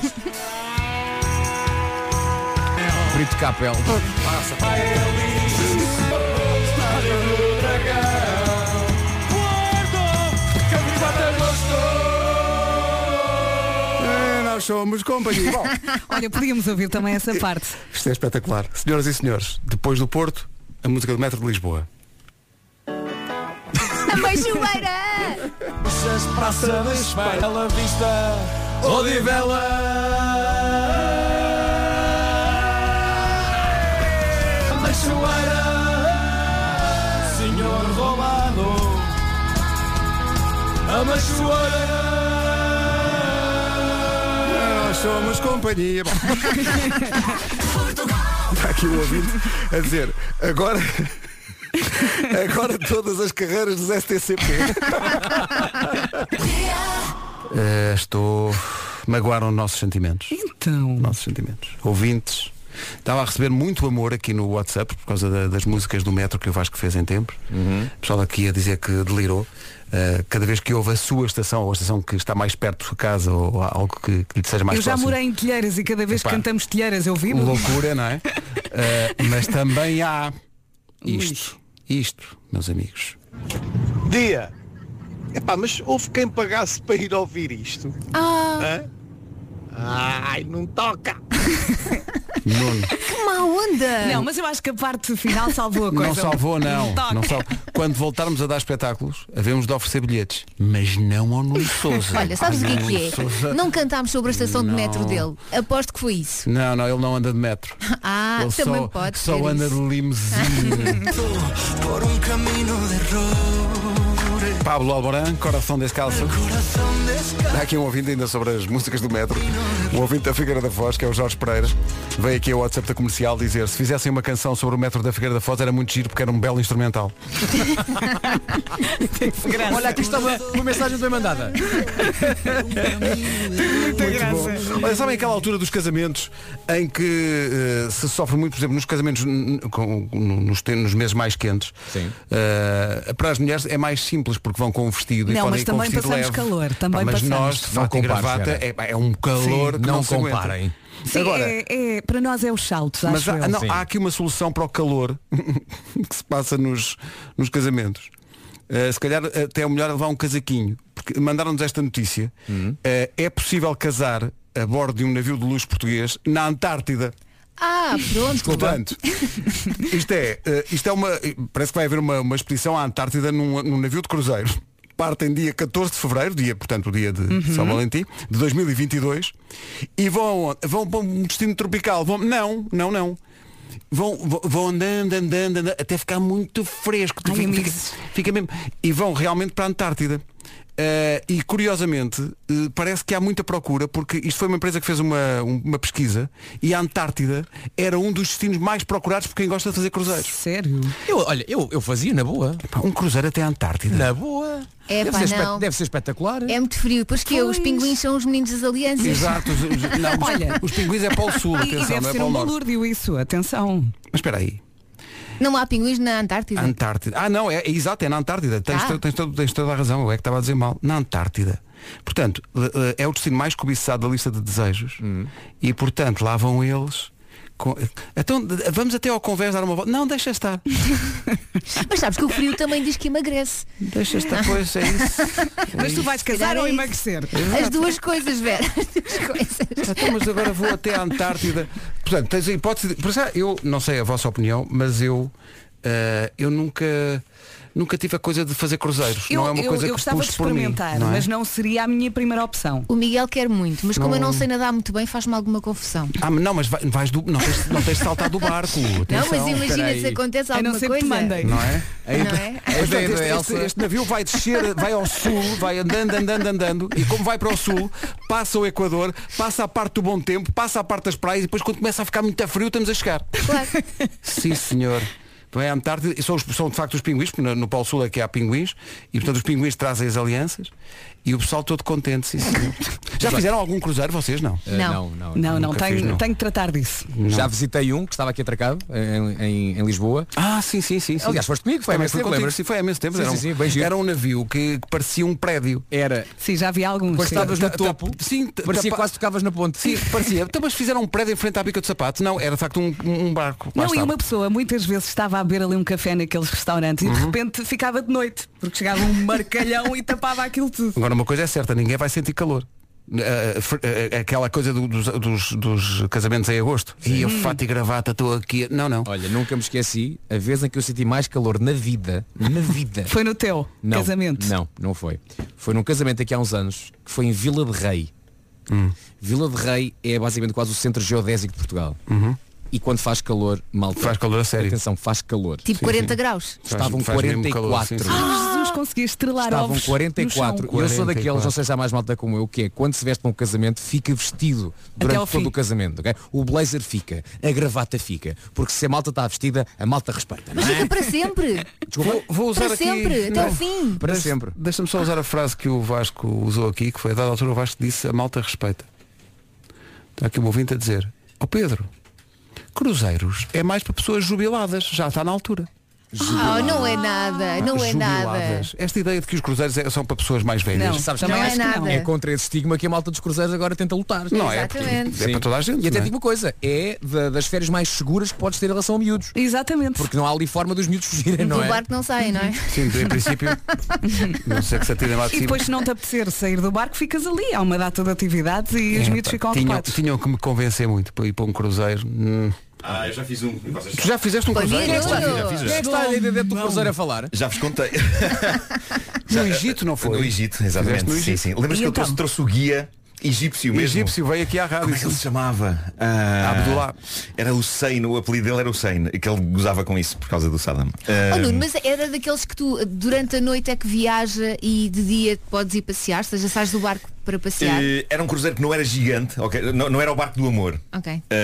Brito Capel.
É, Nós somos companhia. Bom,
Olha, podíamos ouvir também essa parte.
isto é espetacular. Senhoras e senhores, depois do Porto, a música do Metro de Lisboa.
A Feijoeira!
Praça de Espanha, Bela Vista, Odivela. Machoeira, Senhor Romano. A Machoeira.
Nós somos companhia. Bom. Está aqui o ouvinte a dizer, agora. Agora todas as carreiras dos STCP. Eh, estou. Magoaram nossos sentimentos.
Então.
Nossos sentimentos. Ouvintes. Estava a receber muito amor aqui no WhatsApp por causa da- das músicas do metro que o Vasco fez em tempos. O pessoal aqui a dizer que delirou. Eh, cada vez que ouve a sua estação, ou a estação que está mais perto da sua casa, ou algo que, que lhe seja mais
eu já
próximo.
morei em telheiras e cada vez
Epá.
que cantamos telheiras eu vivo.
Loucura, não é? Eh, mas também há isto. Isto, meus amigos.
Dia! Epá, mas houve quem pagasse para ir ouvir isto?
Ah,
Hã? Ai, não toca!
Nuno.
que má onda!
Não, mas eu acho que a parte final salvou a coisa.
Não salvou, não.
toca.
não salvou. Quando voltarmos a dar espetáculos, havemos de oferecer bilhetes. Mas não ao Nuno Souza.
Olha, sabes o que é que é?
Sousa.
Não cantámos sobre a estação de metro dele. Aposto que foi isso.
Não, não, ele não anda de metro.
Ah,
ele
também
só,
pode
só
ser
anda
isso.
de limusine.
Por um caminho de roure.
Pablo Alboran, coração descalço.
Coração descalço.
Há aqui um ouvinte ainda sobre as músicas do metro. Um ouvinte da Figueira da Foz, que é o Jorge Pereira, veio aqui ao WhatsApp da comercial dizer se fizessem uma canção sobre o metro da Figueira da Foz era muito giro porque era um belo instrumental.
Olha, aqui está uma, uma mensagem bem mandada.
Olha, sabem aquela altura dos casamentos em que eh, se sofre muito, por exemplo, nos casamentos n- n- com- n- nos, te- nos meses mais quentes,
Sim.
eh, para as mulheres é mais simples porque vão com um vestido e
Não,
podem
mas
ir com um
também
vestido
passamos
leve.
calor, também
mas
passamos.
nós, de
Não
fato e
compares,
gravata,
Vera.
é, pá, é um calor
Sim,
que não,
não
se aguenta.
comparem.
Sim,
Agora,
é, é- para nós é os saltos,
mas
acho
há,
eu.
não,
Sim.
há aqui uma solução para o calor que se passa nos, nos casamentos. Eh, se calhar até é melhor levar um casaquinho. Porque mandaram-nos esta notícia. Eh, é possível casar a bordo de um navio de luz português na Antártida.
Ah, pronto.
Portanto, isto é, eh, isto é uma. Parece que vai haver uma, uma expedição à Antártida num, num navio de cruzeiro. Partem dia 14 de Fevereiro, dia, portanto, o dia de
Uhum.
São Valentim, de 2022, e vão, vão para um destino tropical. Vão, não, não, não. Vão, vão- vão andando, andando, andando, até ficar muito fresco. Tu
Ai,
fica,
amigos.
fica- fica mesmo. E vão realmente para a Antártida. Eh, e curiosamente, eh, parece que há muita procura, porque isto foi uma empresa que fez uma, um- uma pesquisa e a Antártida era um dos destinos mais procurados por quem gosta de fazer cruzeiros.
é Sério?
Eu, olha, eu, eu fazia na boa.
Pá, Um cruzeiro até a Antártida.
Na boa.
É,
deve,
pá,
ser
não.
espet- deve ser espetacular.
É muito frio, pois que os pinguins são os meninos das alianças.
Exato, os, os- não, os-
Olha.
os pinguins é para o sul,
E, e
atenção,
deve
não é
ser
para o
um
norte.
balúrdio isso, atenção.
Mas espera aí,
Não há pinguins na Antártida.
Antártida. Ah, não, é, é exato, é na Antártida. Tens,
Ah.
to- tens, todo- tens toda a razão, eu é que estava a dizer mal. Na Antártida. Portanto, l- l- é o destino mais cobiçado da lista de desejos e, portanto, lá vão eles. com- Então, d- vamos até ao convés dar uma volta. Não, deixa estar.
Mas sabes que o frio também diz que emagrece.
Deixa estar, pois é isso.
Mas tu vais
calhar
casar
é
ou
isso.
emagrecer?
As duas coisas, Vera. As duas coisas.
Então, mas agora vou até à Antártida. Portanto, tens a hipótese de... Por já, eu não sei a vossa opinião, mas eu, eh, eu nunca, nunca tive a coisa de fazer cruzeiros.
Eu,
não é uma
eu,
coisa
eu
que
gostava de
pus por mim,
experimentar,
não é?
mas não seria a minha primeira opção.
O Miguel quer muito, mas como eu não
Não.
sei nadar muito bem, faz-me alguma confusão.
Ah, mas não, mas vai- vais do, não, tens, não tens de saltar do barco.
Não,
Atenção.
mas imagina
peraí.
se acontece
A não
alguma
ser
coisa.
que te mandem.
Não é?
Não é?
A
Portanto,
ideia
este,
da
este-
Elsa.
este navio vai descer, vai ao sul, vai andando, andando, andando, e como vai para o sul, passa o Equador, passa a parte do bom tempo, passa a parte das praias, e depois quando começa a ficar muito a frio, estamos a chegar.
Claro.
Sim, senhor. não é? à Antártida, e são, os- são, de facto os pinguins, porque no, no Polo Sul é que há pinguins, e portanto os pinguins trazem as alianças, e o pessoal todo contente, sim, senhor. Já fizeram algum cruzeiro, vocês não?
Não, não, não,
Nunca
tenho,
fiz, não.
tenho que tratar disso.
Eh, Já visitei um que estava aqui atracado em, em- em Lisboa.
Ah, sim, sim, sim.
Aliás, foste comigo, foi há
Também
imenso
fui
tempo,
contigo,
lembras?
sim, foi há imenso tempo.
Sim,
era, um,
sim, sim, bem giro.
era um navio que que parecia um prédio. Tá,
Era.
Sim, já vi alguns.
Quando
sim.
estavas no
Ta- ta-
topo,
sim, ta-
parecia
tapa-
quase tocavas na ponte.
Sim, parecia. Então, mas fizeram um prédio em frente à bica do sapato. Não, era de facto um, um barco. Lá
Não, e
estava.
uma pessoa muitas vezes estava a beber ali um café naqueles restaurantes e de
Uhum.
repente ficava de noite, porque chegava um marcalhão e tapava aquilo tudo.
Agora uma coisa é certa, ninguém vai sentir calor. Ah, fr- ah, aquela coisa do- dos, dos- dos casamentos em agosto. E eu fato e gravata, estou aqui. Não, não.
Olha, nunca me esqueci a vez em que eu senti mais calor na vida, na vida.
Foi no teu
não,
casamento.
Não, não foi. Foi num casamento aqui há uns anos, que foi em Vila de Rei.
Hum.
Vila de Rei é basicamente quase o centro geodésico de Portugal. E quando faz calor, malta. Faz
Uhum. calor a sério.
Atenção, faz calor.
Tipo 40 graus.
Estavam
Faz mesmo
44.
calor, sim, sim.
Ah, Jesus, conseguia estrelar
Estavam
ovos no
44.
chão.
E eu sou daqueles, não sei se há mais malta como eu, que é quando se veste para um casamento, fica vestido
ao
durante
fim.
todo o casamento. ok? O blazer fica, a gravata fica. Porque se a malta está vestida, a malta respeita.
Mas
não é?
fica para sempre.
Vou, vou usar
para
aqui-
sempre, até
Não.
ao fim.
Para sempre.
Deixa-me só usar a frase que o Vasco usou aqui, que foi a dada altura o Vasco disse a malta respeita. Está aqui um ouvinte a dizer, ó Pedro, cruzeiros é mais para pessoas jubiladas, já está na altura. Ah,
Oh, não é nada, não é nada.
Jubiladas. Esta ideia de que os cruzeiros é- são para pessoas mais
Então,
velhas.
Não,
Sabes
também
que
acho que não.
É contra esse estigma que a malta dos cruzeiros agora tenta lutar.
Não, é porque- Exatamente. é para toda a gente,
E até
não é?
tipo
digo uma coisa, é da- das férias mais seguras que podes ter em relação a miúdos.
Exatamente.
Porque não há ali forma dos miúdos fugirem,
Do
não é?
barco não sai, não é?
Sim, em princípio, não sei que se atirem lá de
E
cima.
depois se não te apetecer sair do barco, ficas ali. Há uma data de atividades e os
É,
miúdos
pá,
ficam
tinham,
ocupados.
tinham que me convencer muito para ir para um cruzeiro. Hum.
Ah, eu já fiz um. e vocês
Tu
sabem.
já fizeste um
Pois
cruzeiro?
é, já fiz, já fiz, já.
Quem é que está ali dentro do cruzeiro a falar?
Já vos contei.
No Egito não foi?
No Egito, exatamente.
Fizeste no
Sim,
Egito.
sim. Lembras
E
que eu
então?
trouxe, trouxe o guia egípcio mesmo?
Egípcio veio aqui à rádio.
Como é que ele se chamava? Ah,
Abdullah.
Era o Sein, o apelido dele era o Sein, que ele gozava com isso por causa do Saddam. Ah,
Oh, Nuno, mas era daqueles que tu durante a noite é que viaja e de dia podes ir passear, ou seja, sais do barco para passear.
eh, era um cruzeiro que não era gigante, ok? não, não era o barco do amor.
Ok.
Ah,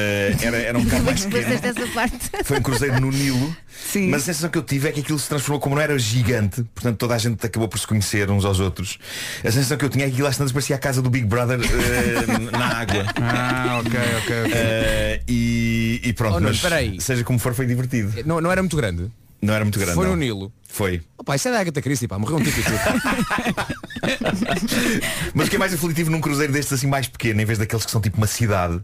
era, era um bocado
Como é
mais
que
pequeno.
passaste essa parte?
Foi um cruzeiro no Nilo
Sim.
Mas a sensação que eu tive é que aquilo se transformou Como não era gigante Portanto toda a gente acabou por se conhecer uns aos outros A sensação que eu tinha é que aquilo às tantas parecia a casa do Big Brother eh, Na água
Ah, ok, ok, ok.
Eh, e, e pronto
Oh, Nuno,
mas
espera aí.
Seja como for foi divertido
É, Não, não era muito grande.
Não era muito grande
Foi
não.
no Nilo.
Foi
Opa, isso é da Agatha Christie, pá, morreu um tipo e tudo.
Mas o que é mais aflitivo num cruzeiro destes assim mais pequeno Em vez daqueles que são tipo uma cidade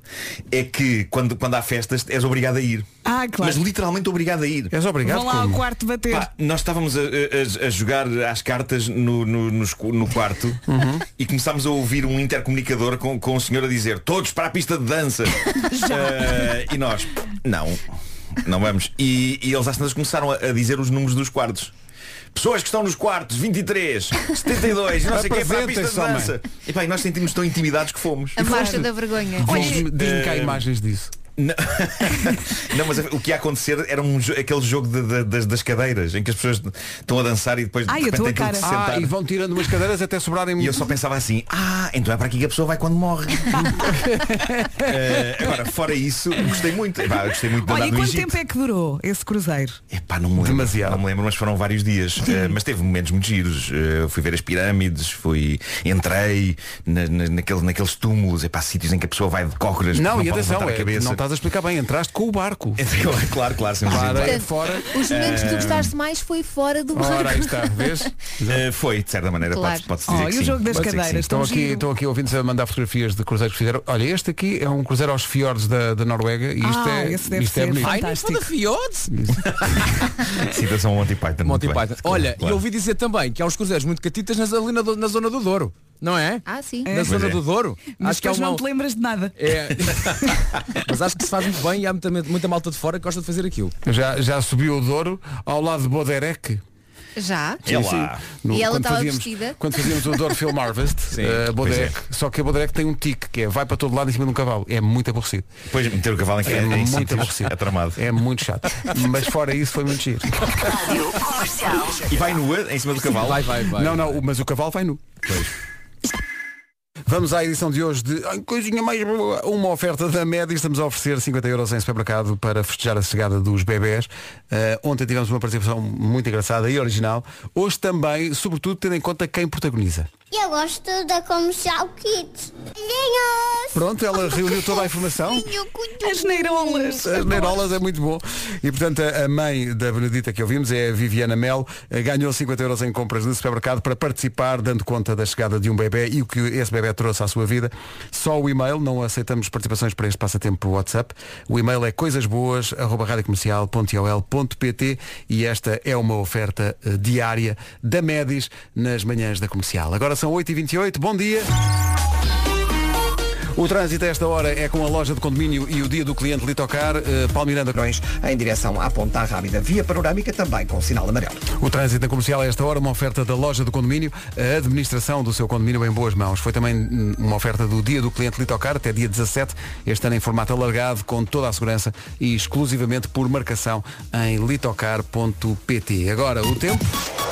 É que quando, quando há festas és obrigado a ir
Ah, claro.
Mas literalmente obrigado a ir
És
Vão lá ao quarto bater.
Pá, nós estávamos a, a- a jogar às cartas no, no, nos cu- no quarto e começámos a ouvir um intercomunicador com, com o senhor a dizer todos para a pista de dança. Eh, e nós, não, não vamos. E, e eles às tantas começaram a, a dizer os números dos quartos. Pessoas que estão nos quartos, 23, 72, não sei o que, para a pista de
Apresentem-se, homem.
dança. E, pá, e nós sentimos tão intimidados que fomos.
A marcha da vergonha.
Diz-me diz-me que há
Eh,
imagens disso.
Não, mas o que ia acontecer era um jo- aquele jogo de- de- das, das cadeiras em que as pessoas estão a dançar e depois de
Ai, a
repente
tua
têm tudo
cara.
de se
Ah,
sentar.
e vão tirando umas cadeiras até sobrarem
E eu só pensava assim, ah, então é para aqui que a pessoa vai quando morre. Eh, agora, fora isso, gostei muito. Epá, eu gostei muito de
Olha,
andar
e
no
quanto
Egito.
tempo é que durou esse cruzeiro?
Pá, não me lembro. Demasiado. Não me lembro, mas foram vários dias. Eh, mas teve momentos muito giros. Eh, eu fui ver as pirâmides, fui. Entrei na, na, naquele- naqueles túmulos, é para sítios em que a pessoa vai de cócoras.
Não,
porque
e
pode
atenção,
levantar
é,
a cabeça.
não estás a É explicar bem, entraste com o barco.
claro, claro, sim, sim,
Para
claro.
fora.
Os momentos que tu
Eh,
gostaste mais foi fora do barco.
Ora, aí está, vês?
Eh, foi, de certa maneira,
Claro.
pode- pode-se dizer.
Oh,
que
e o
sim.
jogo das
Pode-se dizer que
cadeiras,
sim.
Estão aqui, estão aqui ouvintes a mandar fotografias de cruzeiros que fizeram. Olha, este aqui é um cruzeiro aos fiordes da, da Noruega e isto
Ah,
é,
esse deve
isto é
ser
bonito.
Ai, não foda fiodes.
Citação Monty Python.
Monty
muito bem.
Python. Olha,
Claro.
e ouvi dizer também que há uns cruzeiros muito catitas nas, ali na, do- na zona do Douro, não é?
Ah, sim.
Na zona do Douro.
Mas
acho que há
depois
uma...
não te lembras de nada.
É. Mas acho que se faz muito bem e há muita, muita malta de fora que gosta de fazer aquilo.
Já, já subiu o Douro ao lado de Boderec.
Já?
É
Sim, sim. No-
E ela
quando
estava
fazíamos-
vestida?
Quando fazíamos o Douro Film Harvest, eh, Boderec,
é.
só que a Boderec tem um tique, que é vai para todo lado em cima de um cavalo. É muito aborrecido.
Depois meter o cavalo em que
É
é, em
muito
sítios,
aborrecido.
é tramado.
É muito chato. Mas fora isso foi muito giro.
E vai nua em cima do cavalo?
Não, não, o- mas o cavalo vai nu. Vamos à edição de hoje de ai, coisinha mais boa. uma oferta da média. Estamos a oferecer 50 euros em supermercado para festejar a chegada dos bebés. Eh, ontem tivemos uma participação muito engraçada e original. Hoje também, sobretudo tendo em conta quem protagoniza.
Eu gosto da Comercial Kids. Linhos!
Pronto, ela reuniu toda a informação.
As neirolas.
As Neirolas é muito bom. E portanto a a mãe da Benedita que ouvimos é a Viviana Mel, eh, ganhou 50 euros em compras de supermercado para participar, dando conta da chegada de um bebê e o que esse bebê trouxe à sua vida. Só o e-mail, não aceitamos participações para este passatempo por WhatsApp. O e-mail é coisasboas.radiocomercial.ol.pt e esta é uma oferta eh, diária da Medis nas manhãs da comercial. Agora são 8h28, bom dia. O trânsito a esta hora é com a loja de condomínio e o dia do cliente Litocar, eh, Palmiranda Crões,
em direção à Ponta Rábida, via panorâmica também com sinal amarelo.
O trânsito na comercial a esta hora, uma oferta da loja do condomínio, a administração do seu condomínio em boas mãos. Foi também hum, uma oferta do dia do cliente Litocar, até dia 17, este ano em formato alargado, com toda a segurança e exclusivamente por marcação em litocar.pt. Agora o tempo.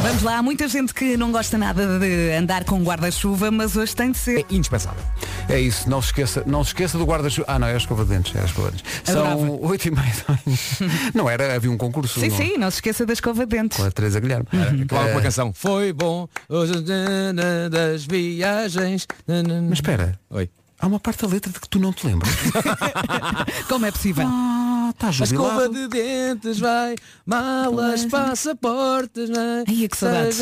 Vamos lá, há muita gente que não gosta nada de andar com guarda-chuva, mas hoje tem de ser.
É indispensável.
É isso, não se esqueça, não se esqueça do guarda-chuva. Ah, não, é a escova de dentes, é a escova de dentes. São
Adorava.
8 e meia da manhã. Não era, havia um concurso.
Sim,
não?
sim, não se esqueça da escova de dentes.
Com a Teresa Guilherme.
Claro,
Eh,
É.
uma canção. Foi bom hoje é das viagens. Mas
espera.
Oi.
Há uma parte da letra de que tu não te lembras.
Como é possível?
Ah, tá
a
jubilado.
escova de dentes vai, malas, passaportes, né?
Ai, é que saudades.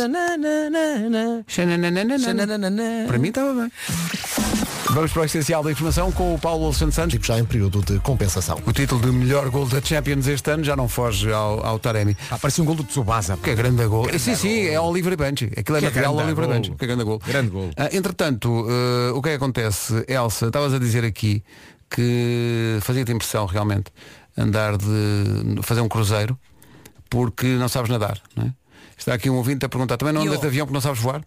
Para mim estava bem. Vamos para o essencial da informação com o Paulo Alexandre Santos.
Tipo, Já em período de compensação.
O título de melhor gol da Champions este ano já não foge ao, ao Taremi.
Ah, parece um gol do Tsubasa.
Que é grande gol. sim, sim, é Oliver Benji. Aquilo é
Que
material
grande
Oliver
gol.
Benji. Que grande gol.
Grande gol.
Ah, entretanto, eh, o que é que acontece, Elsa? Estavas a dizer aqui que fazia-te impressão realmente andar de fazer um cruzeiro porque não sabes nadar, não é? Está aqui um ouvinte a perguntar, também não
Eu.
andas de avião porque não sabes voar?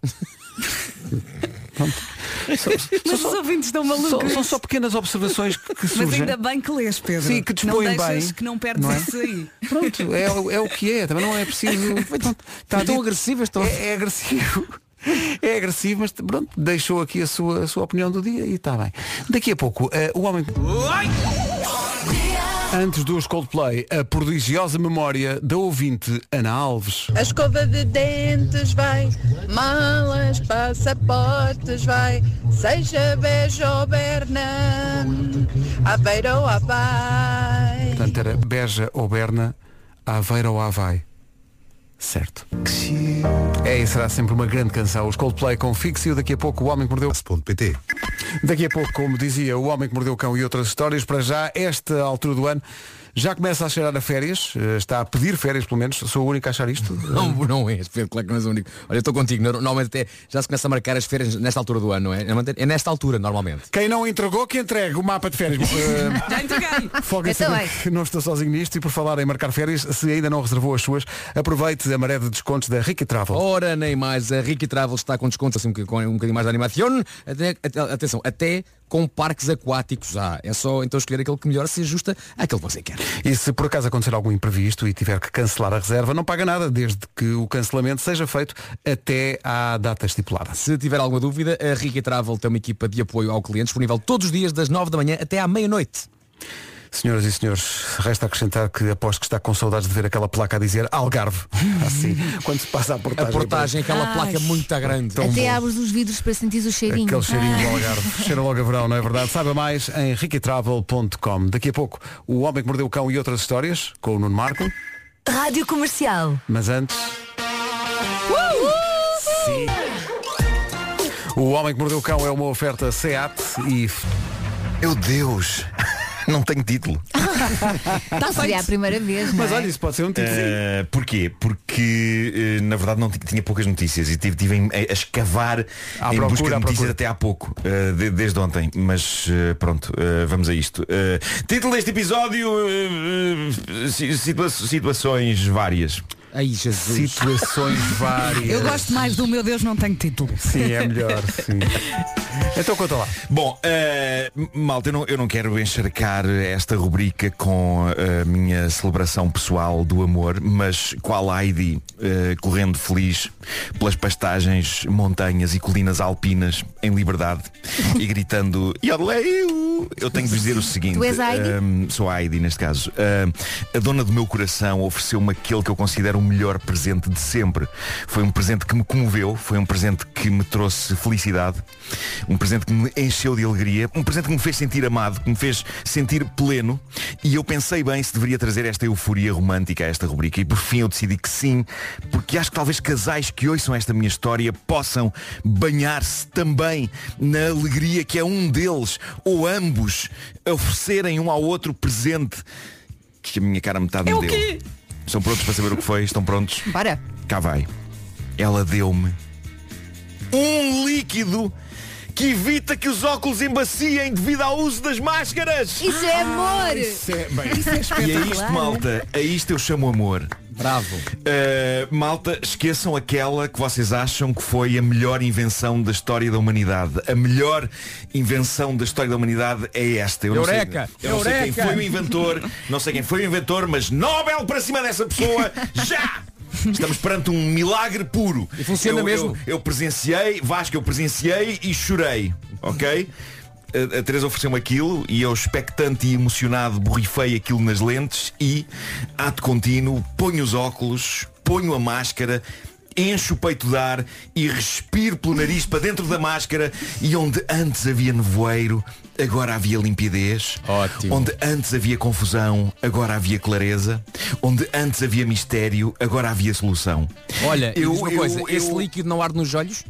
Mas os ouvintes estão
São,
malucos.
são só pequenas observações que, que surgem.
Mas ainda bem que lês, Pedro.
Sim, que
não
dispõem
deixas
bem,
que não perdes
não é?
isso aí.
Pronto, é, o- é o que é, também não é preciso. Pronto, tá
Estão
dito.
agressivas, estão.
É, é agressivo. É agressivo, mas pronto, deixou aqui a sua, a sua opinião do dia e está bem. Daqui a pouco, eh, o homem. Antes dos Coldplay, a prodigiosa memória da ouvinte Ana Alves.
A escova de dentes vai, malas, passaportes vai, seja beijo ou berna, aveiro ou vai.
Portanto, era Beja ou Berna, Aveira ou Havaí. Certo. É e será sempre uma grande canção. Os Coldplay com Fixio, daqui a pouco o Homem que Mordeu.
.pt.
Daqui a pouco, como dizia, o Homem que Mordeu o Cão e outras histórias, para já, esta altura do ano, já começa a cheirar a férias, eh, está a pedir férias pelo menos, sou o único a achar isto.
Não, não és, Pedro, claro que não és o único. Olha, eu estou contigo. Nor- Normalmente até já se começa a marcar as férias nesta altura do ano, não é? É nesta altura, normalmente.
Quem não entregou, que entregue o mapa de férias. Eh,
Já entreguei.
Folga
Então
saber
é.
que não estou sozinho nisto e por falar em marcar férias, se ainda não reservou as suas, aproveite a maré de descontos da Ricky Travel.
Ora, nem mais. A Ricky Travel está com descontos assim, um boc- com um bocadinho mais de animação. Até- até- atenção, até com parques aquáticos há. É só então escolher aquele que melhor se ajusta àquele que você quer.
E se por acaso acontecer algum imprevisto e tiver que cancelar a reserva, não paga nada, desde que o cancelamento seja feito até à data estipulada.
Se tiver alguma dúvida, a Ricky Travel tem uma equipa de apoio ao cliente disponível todos os dias das 9 da manhã até à meia-noite.
Senhoras e senhores, resta acrescentar que aposto que está com saudades de ver aquela placa a dizer Algarve. Assim, quando se passa a
A
portagem.
portagem, aquela
Ai.
placa muito grande.
Tão
Até
bom.
abres os vidros para sentir o cheirinho.
Aquele cheirinho
tá?
do Algarve. Cheira logo a verão, não é verdade? Saiba mais em riquitravel.com. Daqui a pouco, o homem que mordeu o cão e outras histórias, com o Nuno Marco.
Ah.
Rádio Comercial.
Mas antes. Sim. O Homem que Mordeu o Cão é uma oferta SEAT e.
Meu Deus! Não tenho título.
Ah,
Tá
Tal seria a primeira vez, não
Mas
é?
olha, isso pode ser um título.
Eh, porquê? Porque eh, na verdade não ti- tinha poucas notícias e tive, tive em- eh, a escavar
À
em
procura,
busca de
à
notícias
procura.
até há pouco, eh, de- desde ontem. Mas eh, pronto, eh, vamos a isto. Eh, título deste episódio eh, eh, si- situa- Situações várias.
Ai, Jesus.
Situações várias.
Eu gosto mais do meu Deus não tenho título.
Sim, é melhor, sim. Então conta lá.
Bom, eh, malta, eu não, eu não quero encharcar esta rubrica com a minha celebração pessoal do amor, mas qual Heidi eh, correndo feliz pelas pastagens, montanhas e colinas alpinas em liberdade e gritando Yodleu! Eu tenho de vos dizer o seguinte. eh,
Tu és a Heidi?
Ahm, sou a Heidi neste caso. Ahm, a dona do meu coração ofereceu-me aquele que eu considero o melhor presente de sempre. Foi um presente que me comoveu, foi um presente que me trouxe felicidade, um presente que me encheu de alegria, um presente que me fez sentir amado, que me fez sentir pleno. E eu pensei bem se deveria trazer esta euforia romântica a esta rubrica. E por fim eu decidi que sim, porque acho que talvez casais que ouçam esta minha história possam banhar-se também na alegria que é um deles ou ambos oferecerem um ao outro presente que a minha cara metade
É
me
o
deu.
quê?
Estão prontos para saber o que foi? Estão prontos?
Bora.
Cá vai. Ela deu-me um líquido que evita que os óculos embaciem devido ao uso das máscaras.
Isso é amor!
isso é- bem,
Isso é
E a isto,
espetacular.
malta, a isto eu chamo amor. Eh,
Bravo.
malta, esqueçam aquela que vocês acham que foi a melhor invenção da história da humanidade. A melhor invenção da história da humanidade é esta. Eu Não
Eureka!
sei, eu não sei quem
Eureka!
foi o inventor, não sei quem foi o inventor, mas Nobel para cima dessa pessoa, já! Estamos perante um milagre puro. E
funciona
eu,
mesmo.
Eu, eu presenciei, Vasco, eu presenciei e chorei, ok? A, a Teresa ofereceu-me aquilo e eu, expectante e emocionado, borrifei aquilo nas lentes e, ato contínuo, ponho os óculos, ponho a máscara, encho o peito de ar e respiro pelo nariz para dentro da máscara e onde antes havia nevoeiro, agora havia limpidez.
Ótimo.
Onde antes havia confusão, agora havia clareza. Onde antes havia mistério, agora havia solução.
Olha, eu,
Eu-
uma
eu-
coisa,
eu-
esse líquido não arde nos olhos?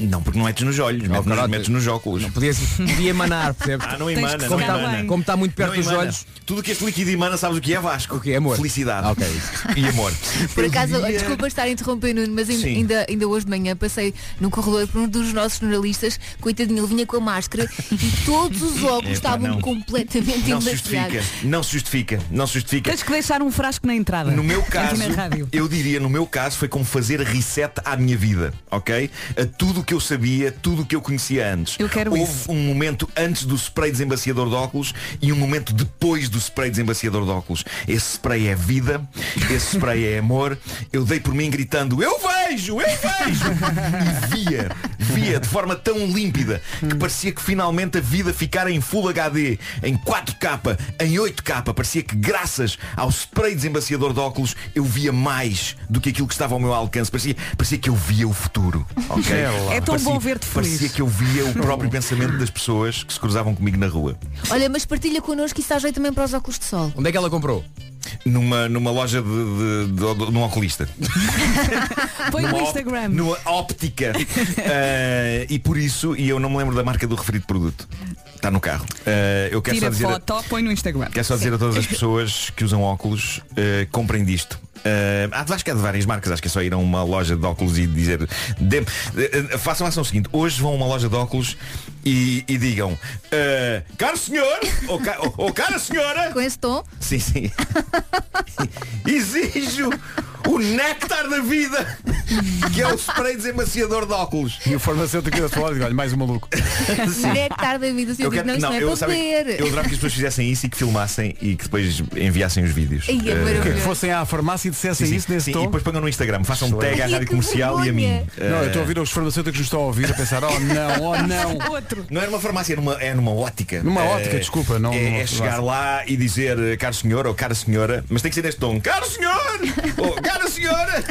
Não, porque não metes nos olhos, metes, nos, metes nos óculos.
Podia, podia emanar, percebes?
Ah, não
Tens
emana,
que-
não
como tá-
emana.
como está muito perto
Não
dos
emana.
olhos.
Tudo que este líquido emana, sabes o que é Vasco? O que
é amor?
Felicidade.
Ok, isso.
E amor.
Por
Eu
acaso,
devia-
desculpa estar interrompendo, Nuno, mas ainda,
Sim.
ainda, ainda hoje de manhã passei no corredor por um dos nossos jornalistas, coitadinho, ele vinha com a máscara e todos os óculos
Epá,
estavam
É, não.
completamente
Não se
embaciados.
justifica, não se justifica, não se justifica.
Tens que deixar um frasco na entrada.
No meu
Aqui
caso,
na rádio.
eu diria, no meu caso, foi como fazer reset à minha vida, ok? A tudo o que eu sabia, tudo o que eu conhecia antes.
Eu quero
Houve
isso.
um momento antes do spray desembaciador de óculos e um momento depois do spray desembaciador de óculos. Esse spray é vida, esse spray é amor. Eu dei por mim gritando, eu vejo, eu vejo! E via, via de forma tão límpida que parecia que finalmente a vida ficara em Full HD, em 4K, em 8K. Parecia que graças ao spray desembaciador de óculos eu via mais do que aquilo que estava ao meu alcance. Parecia, parecia que eu via o futuro. ok?
É lá. É tão
Parecia-
bom ver-te feliz.
Parecia que eu via o próprio pensamento das pessoas que se cruzavam comigo na rua.
Olha, mas partilha connosco isso dá jeito também para os óculos de sol.
Onde é que ela comprou?
Numa, numa loja de, de, de- de um oculista.
Põe no
Numa op-
Instagram.
Numa óptica. Eh, e por isso, e eu não me lembro da marca do referido produto. Está no carro. Eh, eu quero só
Tira
dizer. a-
foto, põe no Instagram.
Quero só dizer a todas as pessoas que usam óculos, eh, comprem disto. Eh, há- acho que há de várias marcas, acho que é só ir a uma loja de óculos e dizer "Dê-me", eh, eh, Façam a ação seguinte, hoje vão a uma loja de óculos e, e digam eh, Caro senhor, ou, ca, ou- ou cara senhora
Com esse tom,
Sim, sim Exijo o néctar da vida Que é o spray desemaciador de óculos
E o farmacêutico da fora diz, olha, mais um maluco.
Sim.
néctar da vida, assim, eu digo, não, isto não, é
eu,
para
sabe,
beber.
eu adorava que as pessoas fizessem isso e que filmassem e que depois enviassem os vídeos.
Ai, é
Eh,
maravilhoso.
Que fossem à farmácia e dissessem
Sim,
isso
sim,
nesse
sim,
tom.
E depois ponham no Instagram, façam um tag à
Ai,
rádio
que
comercial e a mim.
vergonha.
Não, eu estou
Eh,
a ouvir os farmacêuticos que nos estão a ouvir a pensar, oh não, oh não.
Outro.
Não era uma farmácia, era numa, é numa ótica.
Numa
Eh,
ótica, desculpa, não-
É,
numa
é chegar lá e dizer eh, caro senhor ou cara senhora, mas tem que ser neste tom. Caro senhor! ou cara senhora!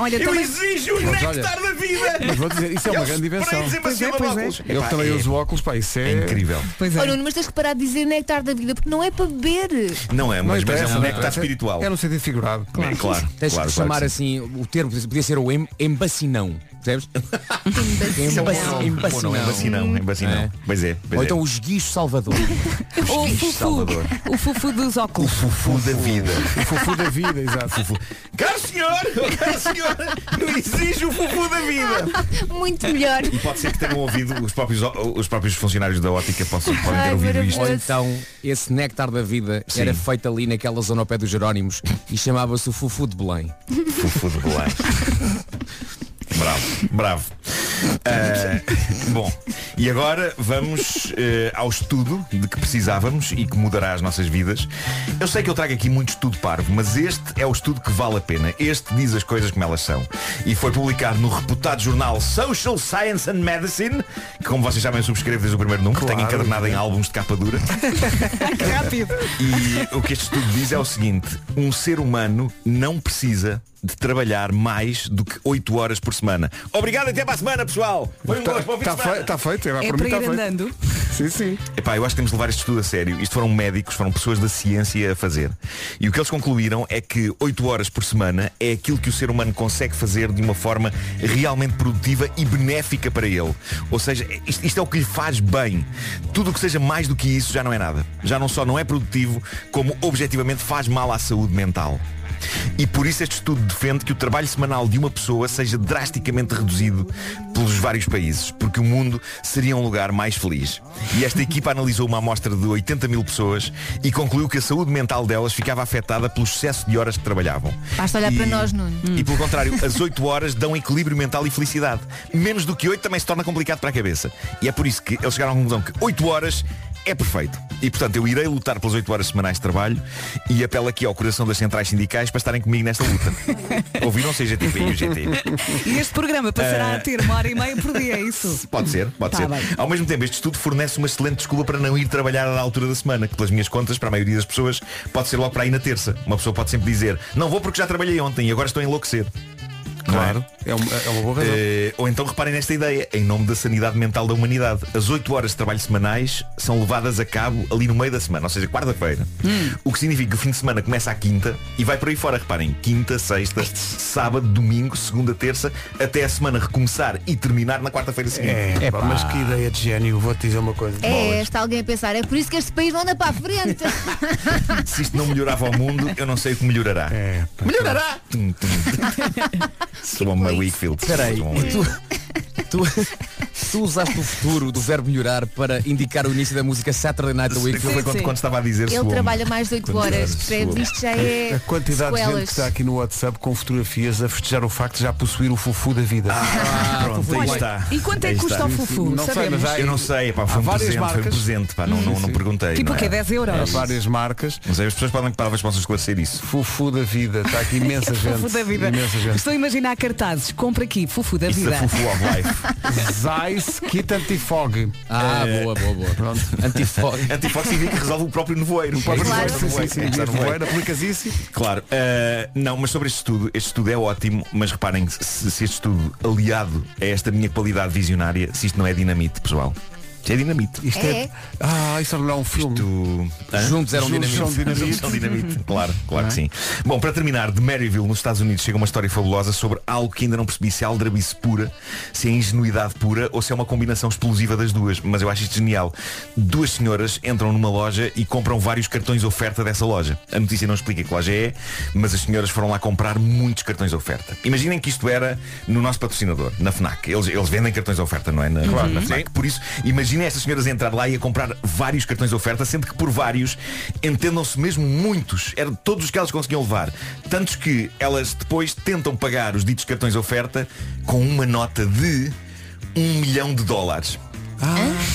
Olha,
eu
também-
exijo o
Mas
néctar da
olha-
vida!
Mas vou dizer, isso é
É
uma
o
grande
spray
invenção.
desembaciador
Pois é,
de
pois é.
óculos.
Eu
Epá,
que também
é-
uso óculos, pá, isso
É
é.
incrível.
Pois é.
Oh, Nuno, mas tens que parar de dizer néctar da vida, porque não é para beber.
Não é, mas, mas é
interessa,
um
não
néctar
interessa.
espiritual.
É no sentido figurado.
É, claro,
Tens
claro,
que chamar
claro que sim.
assim, o termo podia ser o em, embacinão, percebes?
Isso é um bom
Embaci-
nome. Bom
embacinão.
nome, Embacinão, embacinão.
É.
Pois é, pois
Ou
é.
então os guichos Salvador.
O
Ixi,
fufu,
Salvador.
o fufu dos
O
óculos.
fufu da vida.
O fofo da vida, exato.
Caro senhor! Caro senhor! Não exige o fufu da vida.
Muito melhor.
E pode ser que tenham ouvido, os próprios, os próprios funcionários da ótica possam, podem ter
Ai,
ouvido isto.
Ou então, esse néctar da vida era feito ali naquela zona ao pé dos Jerónimos e chamava-se o Fufu de Belém.
Fufu de Belém. Bravo, bravo. Ah, bom, e agora vamos eh, ao estudo de que precisávamos e que mudará as nossas vidas. Eu sei que eu trago aqui muito estudo parvo, mas este é o estudo que vale a pena. Este diz as coisas como elas são. E foi publicado no reputado jornal Social Science and Medicine, que como vocês sabem eu subscrevo desde o primeiro número, tenho encadernado em álbuns de capa dura.
rápido.
É
E o que este estudo diz é o seguinte Um ser humano não precisa de trabalhar mais do que 8 horas por semana Obrigado até para a semana pessoal Foi um
Tá-
gosto, bom fim
tá
de semana
fe- tá feito, é lá É por mim, para tá ir feito. andando. Sim, sim
Epá, eu acho que temos de levar este estudo a sério Isto foram médicos, foram pessoas da ciência a fazer E o que eles concluíram é que 8 horas por semana É aquilo que o ser humano consegue fazer de uma forma realmente produtiva e benéfica para ele Ou seja, isto, isto é o que lhe faz bem Tudo o que seja mais do que isso já não é nada Já não só não é produtivo Como objetivamente faz mal à saúde mental e por isso este estudo defende que o trabalho semanal de uma pessoa seja drasticamente reduzido pelos vários países, porque o mundo seria um lugar mais feliz. E esta equipa analisou uma amostra de 80 mil pessoas e concluiu que a saúde mental delas ficava afetada pelo excesso de horas que trabalhavam.
Basta olhar
E-
para nós, Nuno.
Hum.
E pelo contrário, as 8 horas dão equilíbrio mental e felicidade. Menos do que 8 também se torna complicado para a cabeça. E é por isso que eles chegaram à conclusão que 8 horas é perfeito. E portanto eu irei lutar pelas 8 horas semanais de trabalho e apelo aqui ao coração das centrais sindicais para estarem comigo nesta luta. Ouviram seja GTP e o GT.
E este programa passará
Ah.
a ter uma hora e meia por dia, é isso?
Pode ser, pode
Tá
ser.
bem.
Ao mesmo tempo, este estudo fornece uma excelente desculpa para não ir trabalhar à altura da semana, que pelas minhas contas, para a maioria das pessoas, pode ser logo para ir na terça. Uma pessoa pode sempre dizer, não vou porque já trabalhei ontem e agora estou a enlouquecer. Claro,
é uma, boa razão.
Eh,
ou então reparem nesta ideia, em nome da sanidade mental da humanidade. As 8 horas de trabalho semanais são levadas a cabo ali no meio da semana, ou seja, quarta-feira. O que significa que o fim de semana começa à quinta e vai por aí fora, reparem, quinta, sexta, sábado, domingo, segunda, terça, até a semana recomeçar e terminar na quarta-feira seguinte.
É, pá, mas que ideia de gênio, vou-te dizer uma coisa
É, está alguém a pensar, é por isso que este país não anda para a frente.
Se isto não melhorava ao mundo, eu não sei o que melhorará.
Melhorará!
Tum, tum, tum. Sou uma Wakefield.
Peraí,
Sou uma
e tu, tu, tu usaste o futuro do verbo melhorar para indicar o início da música Saturday Night Week.
Foi quando- Sim. quando estava a dizer
Ele trabalha mais de 8 horas, percebes? Isto já é
A quantidade de gente que
sequelas.
está aqui no WhatsApp com fotografias a festejar o facto de já possuir o fufu da vida.
Ah, pronto, aí está.
e quanto é que
Aí
custa
está.
o fufu?
Não sei, Sabemos? mas há-
Eu não sei, pá,
há
foi, um
várias
presente, foi um
marcas.
presente, pá, não, não, não perguntei.
Tipo
não
o quê?
é?
10 euros?
É
Há
isso.
várias marcas.
Mas aí as pessoas podem, talvez possam esclarecer isso.
Fufu da vida, está aqui imensa gente.
Fufu da vida.
Imensa gente.
Estou a imaginar cartazes. Compra aqui, fufu
é
da vida.
Zeiss Kit Antifog.
Ah, boa, boa, boa.
Eh, Pronto.
Antifog.
Antifog significa que resolve o próprio nevoeiro. O
próprio
Claro.
nevoeiro, assim, sim, sim, sim.
É, está no
Nevoeiro,
meio.
aplicas isso.
Claro, eh, não, mas sobre este estudo, este estudo é ótimo, mas reparem que se, se este estudo aliado a esta minha qualidade visionária, se isto não é dinamite, pessoal. Isto é dinamite.
Isto é- É. Ah, isso não é um filme.
Juntos
eram dinamite.
Juntos eram dinamite. Claro, claro que sim. Bom, para terminar, de Maryville, nos Estados Unidos, chega uma história fabulosa sobre algo que ainda não percebi se é aldrabice pura, se é ingenuidade pura ou se é uma combinação explosiva das duas. Mas eu acho isto genial. Duas senhoras entram numa loja e compram vários cartões oferta dessa loja. A notícia não explica que loja é, mas as senhoras foram lá comprar muitos cartões oferta. Imaginem que isto era no nosso patrocinador, na FNAC. Eles, eles vendem cartões oferta, não é? Na,
Claro.
na FNAC. Por isso, imaginem estas senhoras entrar lá e a comprar vários cartões de oferta, sendo que por vários entendam-se mesmo muitos. Eram todos os que elas conseguiam levar. Tantos que elas depois tentam pagar os ditos cartões de oferta com uma nota de um milhão de dólares.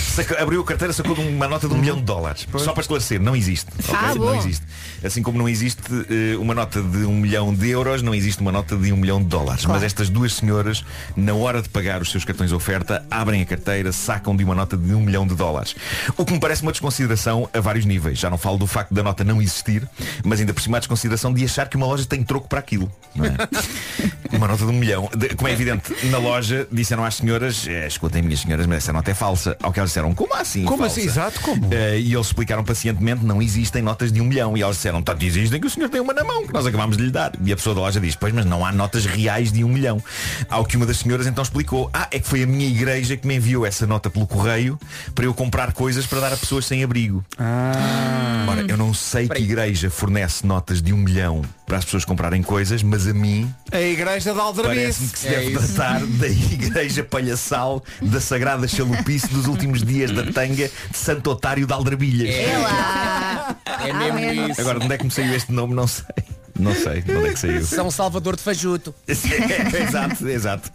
Saca- abriu a carteira, sacou de uma nota de um milhão de dólares. Só para esclarecer, não existe. ok?
Ah, bom.
não existe. Assim como não existe eh, uma nota de um milhão de euros, não existe uma nota de um milhão de dólares. Mas estas duas senhoras, na hora de pagar os seus cartões de oferta, abrem a carteira, sacam de uma nota de um milhão de dólares. O que me parece uma desconsideração a vários níveis. Já não falo do facto da nota não existir, mas ainda por cima a desconsideração de achar que uma loja tem troco para aquilo. não é? Uma nota de um milhão. De- como é evidente, na loja disseram às senhoras, eh, escutem minhas senhoras, mas essa nota é falsa. Ao que elas disseram, como assim?
Como
falsa?"
assim? Exato, como?
Eh, e eles explicaram pacientemente, não existem notas de um milhão. E elas disseram, tanto existem que o senhor tem uma na mão, que nós acabámos de lhe dar. E a pessoa da loja diz, pois, mas não há notas reais de um milhão. Ao que uma das senhoras então explicou, ah, é que foi a minha igreja que me enviou essa nota pelo correio para eu comprar coisas para dar a
Ah.
pessoas sem abrigo. Ora, eu não sei que igreja fornece notas de um milhão para para as pessoas comprarem coisas, mas a mim
A igreja de
Parece-me
Aldrabice. É
que se deve tratar da igreja palhaçal da Sagrada Chalupice dos últimos dias da tanga de Santo Otário de Aldrabilhas.
É lá. É mesmo isso.
Agora, de onde é que me saiu este nome? Não sei. Não sei de onde é que saiu. é,
um
São Salvador de Fajuto.
exato, exato.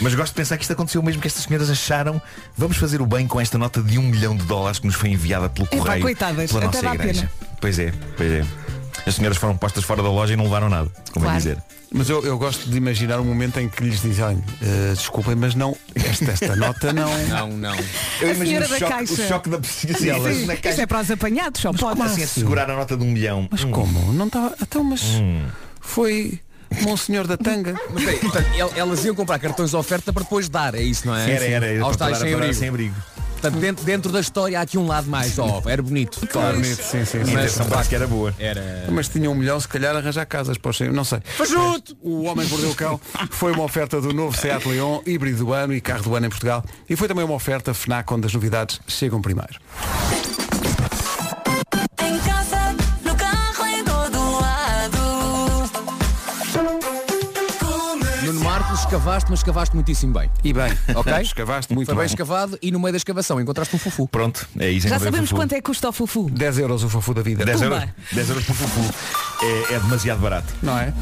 Mas gosto de pensar que isto aconteceu mesmo que estas senhoras acharam vamos fazer o bem com esta nota de um milhão de dólares que nos foi enviada pelo
Epá,
correio
coitadas,
pela
até
nossa
dá
igreja.
pena.
Pois é, pois é. As senhoras foram postas fora da loja e não levaram nada, como é
Claro.
dizer.
Mas eu, eu gosto de imaginar um momento em que lhes dizem, olha, eh, desculpem, mas não, esta, esta nota não.
Não, não.
Eu
A
imagino
senhora
o
da
choque,
caixa.
o choque da pesquisa
Sim,
delas
sim.
na
Isto
caixa.
é para os apanhados, só pode.
Como assim a segurar a nota de um milhão? Mas
como? Não estava. Então, mas foi Monsenhor da Tanga.
Mas, peraí, portanto, el- elas iam comprar cartões de oferta para depois dar, é isso, não é?
Era, era, era
Aos
para
tais
dar- para
sem
dar
abrigo.
assim.
sem abrigo.
Portanto, dentro, dentro da história há aqui um lado mais, ó, era bonito.
Claro, bonito, sim, sim, sim.
É,
Mas,
A intenção
de
parece
facto,
que era boa.
Era...
Mas tinha um milhão, se calhar, a arranjar casas para os senhores. Não sei. Fajuto! O Homem que Mordeu o Cão foi uma oferta do novo Seat Leon, híbrido do ano e carro do ano em Portugal. E foi também uma oferta FNAC, onde as novidades chegam primeiro.
Em casa, no carro, em todo lado.
Nuno Marcos, escavaste, mas escavaste muitíssimo bem.
E bem.
Ok?
Escavaste muito
Foi bem
bem.
escavado e no meio da escavação encontraste um fufu.
Pronto, é isso. encontrei
Já
o
sabemos
fufu.
quanto é que custa o fufu.
10 euros o fofo da vida.
10
Pumba.
euros, 10 euros por fufu. É, é demasiado barato.
Não é?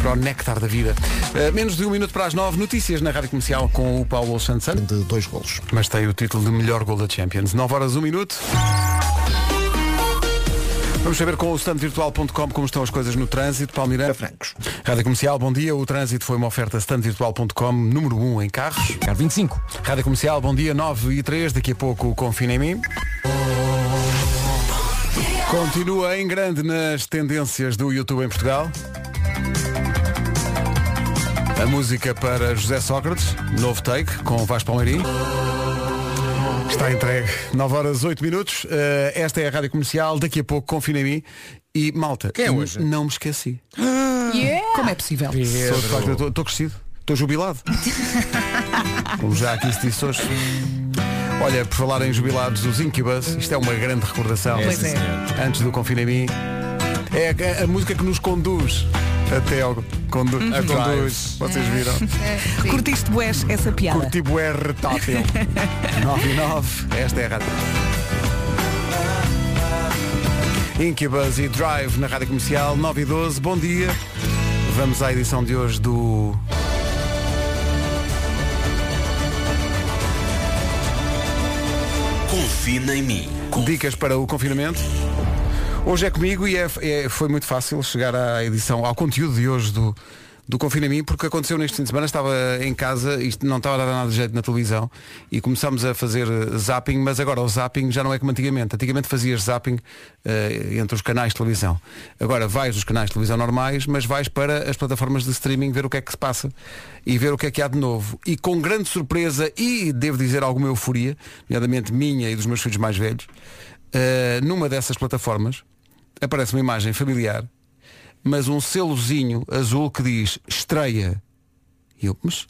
Para o néctar da vida. Eh, menos de um minuto para as nove notícias na Rádio Comercial com o Paulo Santos.
De dois golos.
Mas tem o título de melhor gol da Champions. Nove horas, um minuto. Vamos saber com o standvirtual.com como estão as coisas no trânsito. Palmeirante. Francos. Rádio Comercial, bom dia. O trânsito foi uma oferta standvirtual.com, número 1 em carros.
Car 25.
Rádio Comercial, bom dia. 9 e 3, daqui a pouco o Confina em mim. Continua em grande nas tendências do YouTube em Portugal. A música para José Sócrates, novo take com Vasco Palmeirim. Está entregue. 9 horas 8 minutos. Uh, esta é a Rádio Comercial. Daqui a pouco confina em mim. E malta,
Quem é
n-
hoje?
não me esqueci.
Como é possível?
Estou crescido. Estou jubilado. Como já aqui se disse hoje. Olha, por falar em jubilados, os Incubus, isto é uma grande recordação.
Pois é.
Antes do Confina em mim. É a, a música que nos conduz até ao condu a conduz. Vocês viram?
Curtiste boés essa piada.
Curti bué retátil. 9 e 9, esta é a rádio. Incubus e Drive na Rádio Comercial, 9 e 12, bom dia. Vamos à edição de hoje do...
Confina em mim.
Dicas para o confinamento. Hoje é comigo e é- é- foi muito fácil chegar à edição, ao conteúdo de hoje do, do Confinamento, porque aconteceu neste fim de semana, estava em casa, isto não estava a dar nada de jeito na televisão, e começámos a fazer eh, zapping, mas agora o zapping já não é como antigamente. Antigamente fazias zapping eh, entre os canais de televisão. Agora vais dos canais de televisão normais, mas vais para as plataformas de streaming ver o que é que se passa e ver o que é que há de novo. E com grande surpresa e, devo dizer, alguma euforia, nomeadamente minha e dos meus filhos mais velhos, Uh, numa dessas plataformas aparece uma imagem familiar, mas um selozinho azul que diz estreia. E eu, mas,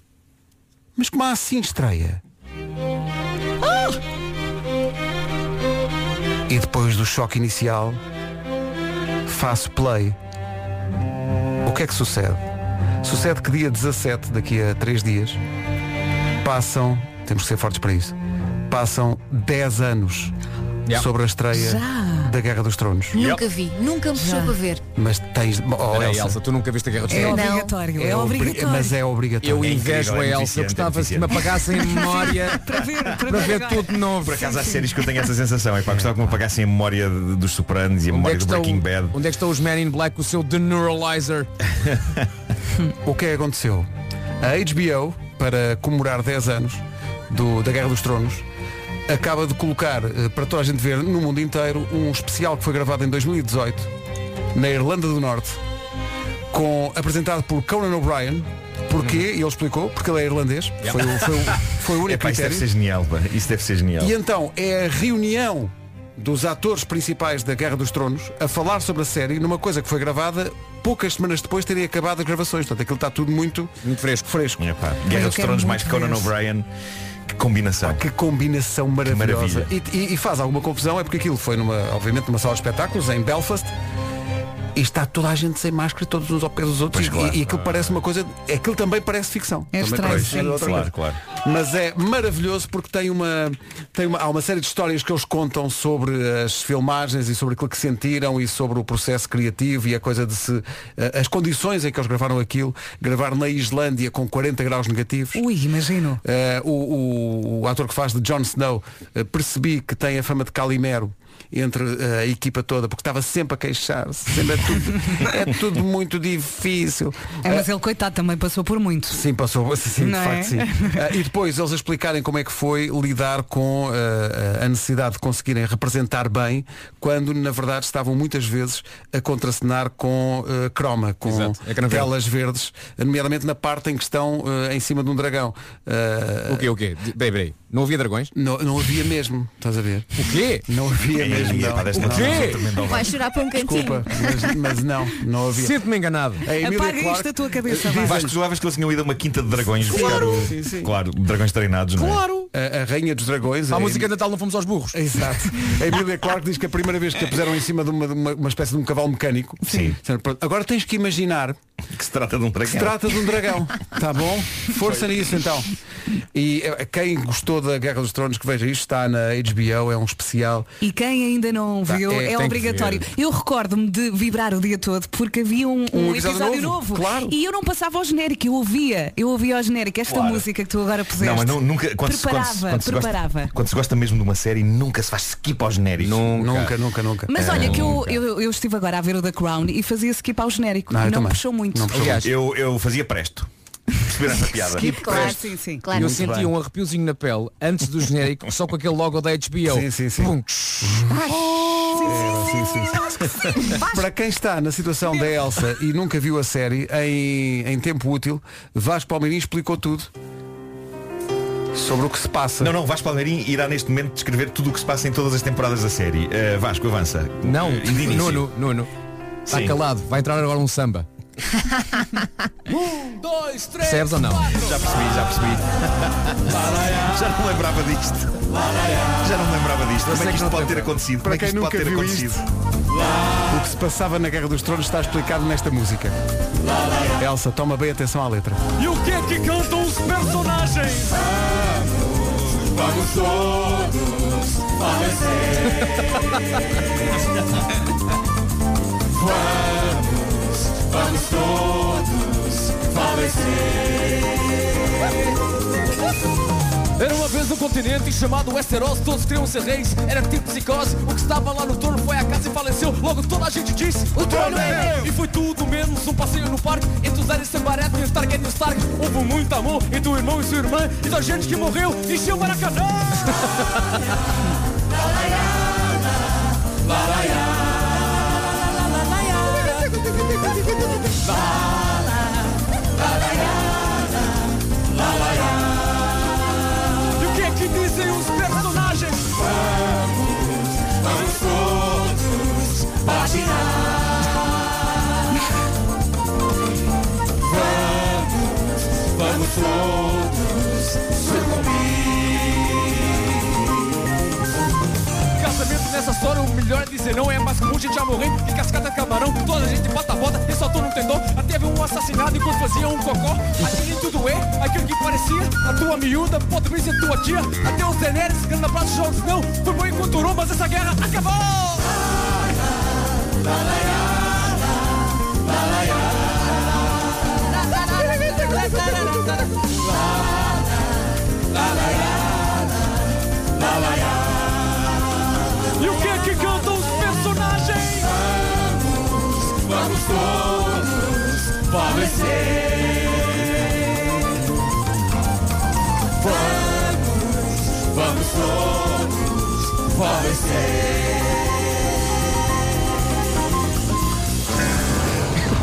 mas como há assim estreia? Ah! E depois do choque inicial, faço play. O que é que sucede? Sucede que dia 17, daqui a 3 dias, passam, temos que ser fortes para isso, passam 10 anos sobre a estreia
Já.
da Guerra dos Tronos.
Nunca vi, nunca me puxou para ver.
Mas tens. Oh,
Peraí,
Elsa,
Elsa, tu nunca viste a Guerra dos
É
Tronos?
obrigatório, é
obri-
obrigatório.
Mas é obrigatório.
Eu
É
invejo
incrível,
a
é
Elsa,
beneficente,
gostava que
é
me
beneficente.
apagassem a memória para
ver,
ver tudo de novo.
Por acaso há séries que eu tenho essa sensação. É pá, gostava que me apagassem a memória de- dos Sopranos e a
Onde é,
memória do
que está
Breaking
o-
Bad.
onde é que estão os Men in Black com o seu The Neuralizer?
O que é que aconteceu? A HBO, para comemorar 10 anos do- da Guerra dos Tronos, acaba de colocar, eh, para toda a gente ver no mundo inteiro, um especial que foi gravado em 2018, na Irlanda do Norte, com, apresentado por Conan O'Brien. Porquê? E ele explicou, porque ele é irlandês.
Yeah.
Foi, o- foi, o- foi o único
É pá, isso deve
critério.
ser genial, pá. Isso deve ser genial.
E então é a reunião dos atores principais da Guerra dos Tronos a falar sobre a série numa coisa que foi gravada poucas semanas depois de terem acabado as gravações. Portanto, aquilo está tudo muito,
fresco.
fresco.
É pá,
eu
Guerra dos
quero
Tronos
muito
mais Conan
ver esse.
O'Brien. Que combinação.
Que combinação maravilhosa.
maravilha.
E, e- e faz alguma confusão, é porque aquilo foi, numa, obviamente, numa sala de espetáculos em Belfast E está toda a gente sem máscara, todos uns ao pé dos outros.
Pois,
e-
claro.
e, aquilo parece uma coisa. Aquilo também parece ficção.
É
Também
estranho,
parece.
sim, Claro, sim. claro, claro.
Mas é maravilhoso porque tem uma, tem uma. Há uma série de histórias que eles contam sobre as filmagens e sobre aquilo que sentiram e sobre o processo criativo e a coisa de se. eh, As condições em que eles gravaram aquilo. Gravar na Islândia com 40 graus negativos.
Ui, imagino.
Eh, o, o- o ator que faz de Jon Snow eh, percebi que tem a fama de Calimero entre eh, a equipa toda, porque estava sempre a queixar-se, sempre é tudo, é tudo muito difícil.
É, mas ele, coitado, também passou por muito.
Sim, passou, sim, de
Não
facto
é?
sim. Ah, e depois eles a explicarem como é que foi lidar com ah, a necessidade de conseguirem representar bem, quando na verdade estavam muitas vezes a contracenar com ah, croma, com
É
telas verdes, nomeadamente na parte em que estão ah, em cima de um dragão. Ah,
O quê, o quê? De- Bem, peraí. Não havia dragões?
Não, não havia mesmo, estás a ver?
O quê?
Não havia
Ei,
É mesmo.
epá,
Não.
desta não, não, tremendo
Vai chorar para um cantinho.
Desculpa, mas, mas não, não havia. É
Sinto-me enganado.
A Emília
Apaga
Clarke-
isto da tua
Vasco, tu Julgavas que eles tinham ido a uma quinta de dragões
Claro.
buscar o-
Sim, sim.
Claro, dragões treinados, não é?
Claro! A, a Rainha dos Dragões.
À
a
música
Em-
de
Natal não fomos aos burros.
Exato. A Emília Clarke diz que a primeira vez que a puseram em cima de uma, de uma- uma espécie de um cavalo mecânico. Sim. Agora tens que imaginar
Que se trata de um
que
dragão.
se trata de um dragão. Tá bom? Força nisso então. E eh, quem gostou da Guerra dos Tronos que veja isto está na HBO, é um especial.
E quem ainda não
Tá,
viu,
é,
é,
tem que
obrigatório.
ver.
Eu recordo-me de vibrar o dia todo porque havia um, um
Um episódio
episódio,
novo,
novo.
claro.
E eu não passava ao genérico, eu ouvia. Eu ouvia ao genérico. Esta
Claro.
música que tu agora puseste.
Não, mas não- nunca. Quando se- quando
preparava,
se, quando se
preparava.
Gosta, quando se gosta mesmo de uma série, nunca se faz skip aos genéricos.
Nunca, nunca, nunca.
Mas olha que eu, eu, eu estive agora a ver o da Crown e fazia skip ao genérico.
eu
não
também.
puxou muito.
Não puxou muito. Eu, eu fazia presto. Perceberam essa piada?
Skip Claro, presto.
sim, sim.
E eu senti um arrepiozinho na pele antes do genérico, só com aquele logo da HBO. Sim, sim, sim.
É, Para quem está na situação da Elsa e nunca viu a série, em, em tempo útil, Vasco Palmeirim explicou tudo. Sobre o que se passa.
Não, não, Vasco Palmeirim irá neste momento descrever tudo o que se passa em todas as temporadas da série. Eh, Vasco, avança.
Não,
Eh, de início.
Nuno, Nuno. Está
Sim.
calado, vai entrar agora um samba.
Um, dois, três.
Percebes ou não?
Já percebi, já percebi. Já não me lembrava disto. Já não me lembrava disto. Como é que isto pode ter acontecido? Como
Para
é que
quem
isto
nunca
pode ter
viu
acontecido?
isto, o que se passava na Guerra dos Tronos está explicado nesta música. Elsa, toma bem atenção à letra.
E o que é que cantam os personagens? Vamos, vamos todos falecer. vamos, vamos todos falecer.
Era uma vez um continente chamado Westeros, todos queriam ser reis, era tipo psicose. O que estava lá no trono foi a casa e faleceu, logo toda a gente disse, o, trono é meu! E foi tudo menos um passeio no parque, entre os Ares Sambareto e os Targaryen e os Stark. Houve muito amor entre o irmão e sua irmã, e da gente que morreu, encheu o Maracanã! E o que é que dizem os personagens? Vamos, vamos todos patinar. Vamos, vamos todos sucumbir. Casamento nessa história, o melhor é dizer não é mais comum, gente já morreu e cascata de camarão, toda a gente bota a bota e só tu não tem dor. Até teve um assassinado enquanto fazia um cocó. Aquele tudo é, aquele que parecia, a tua miúda, pode vir ser tua tia. Até os Daenerys, grande abraço, Jones, não. Foi bom enquanto durou, mas essa guerra acabou! E o que é que cantam os personagens? Vamos, vamos todos falecer. Vamos, vamos todos falecer.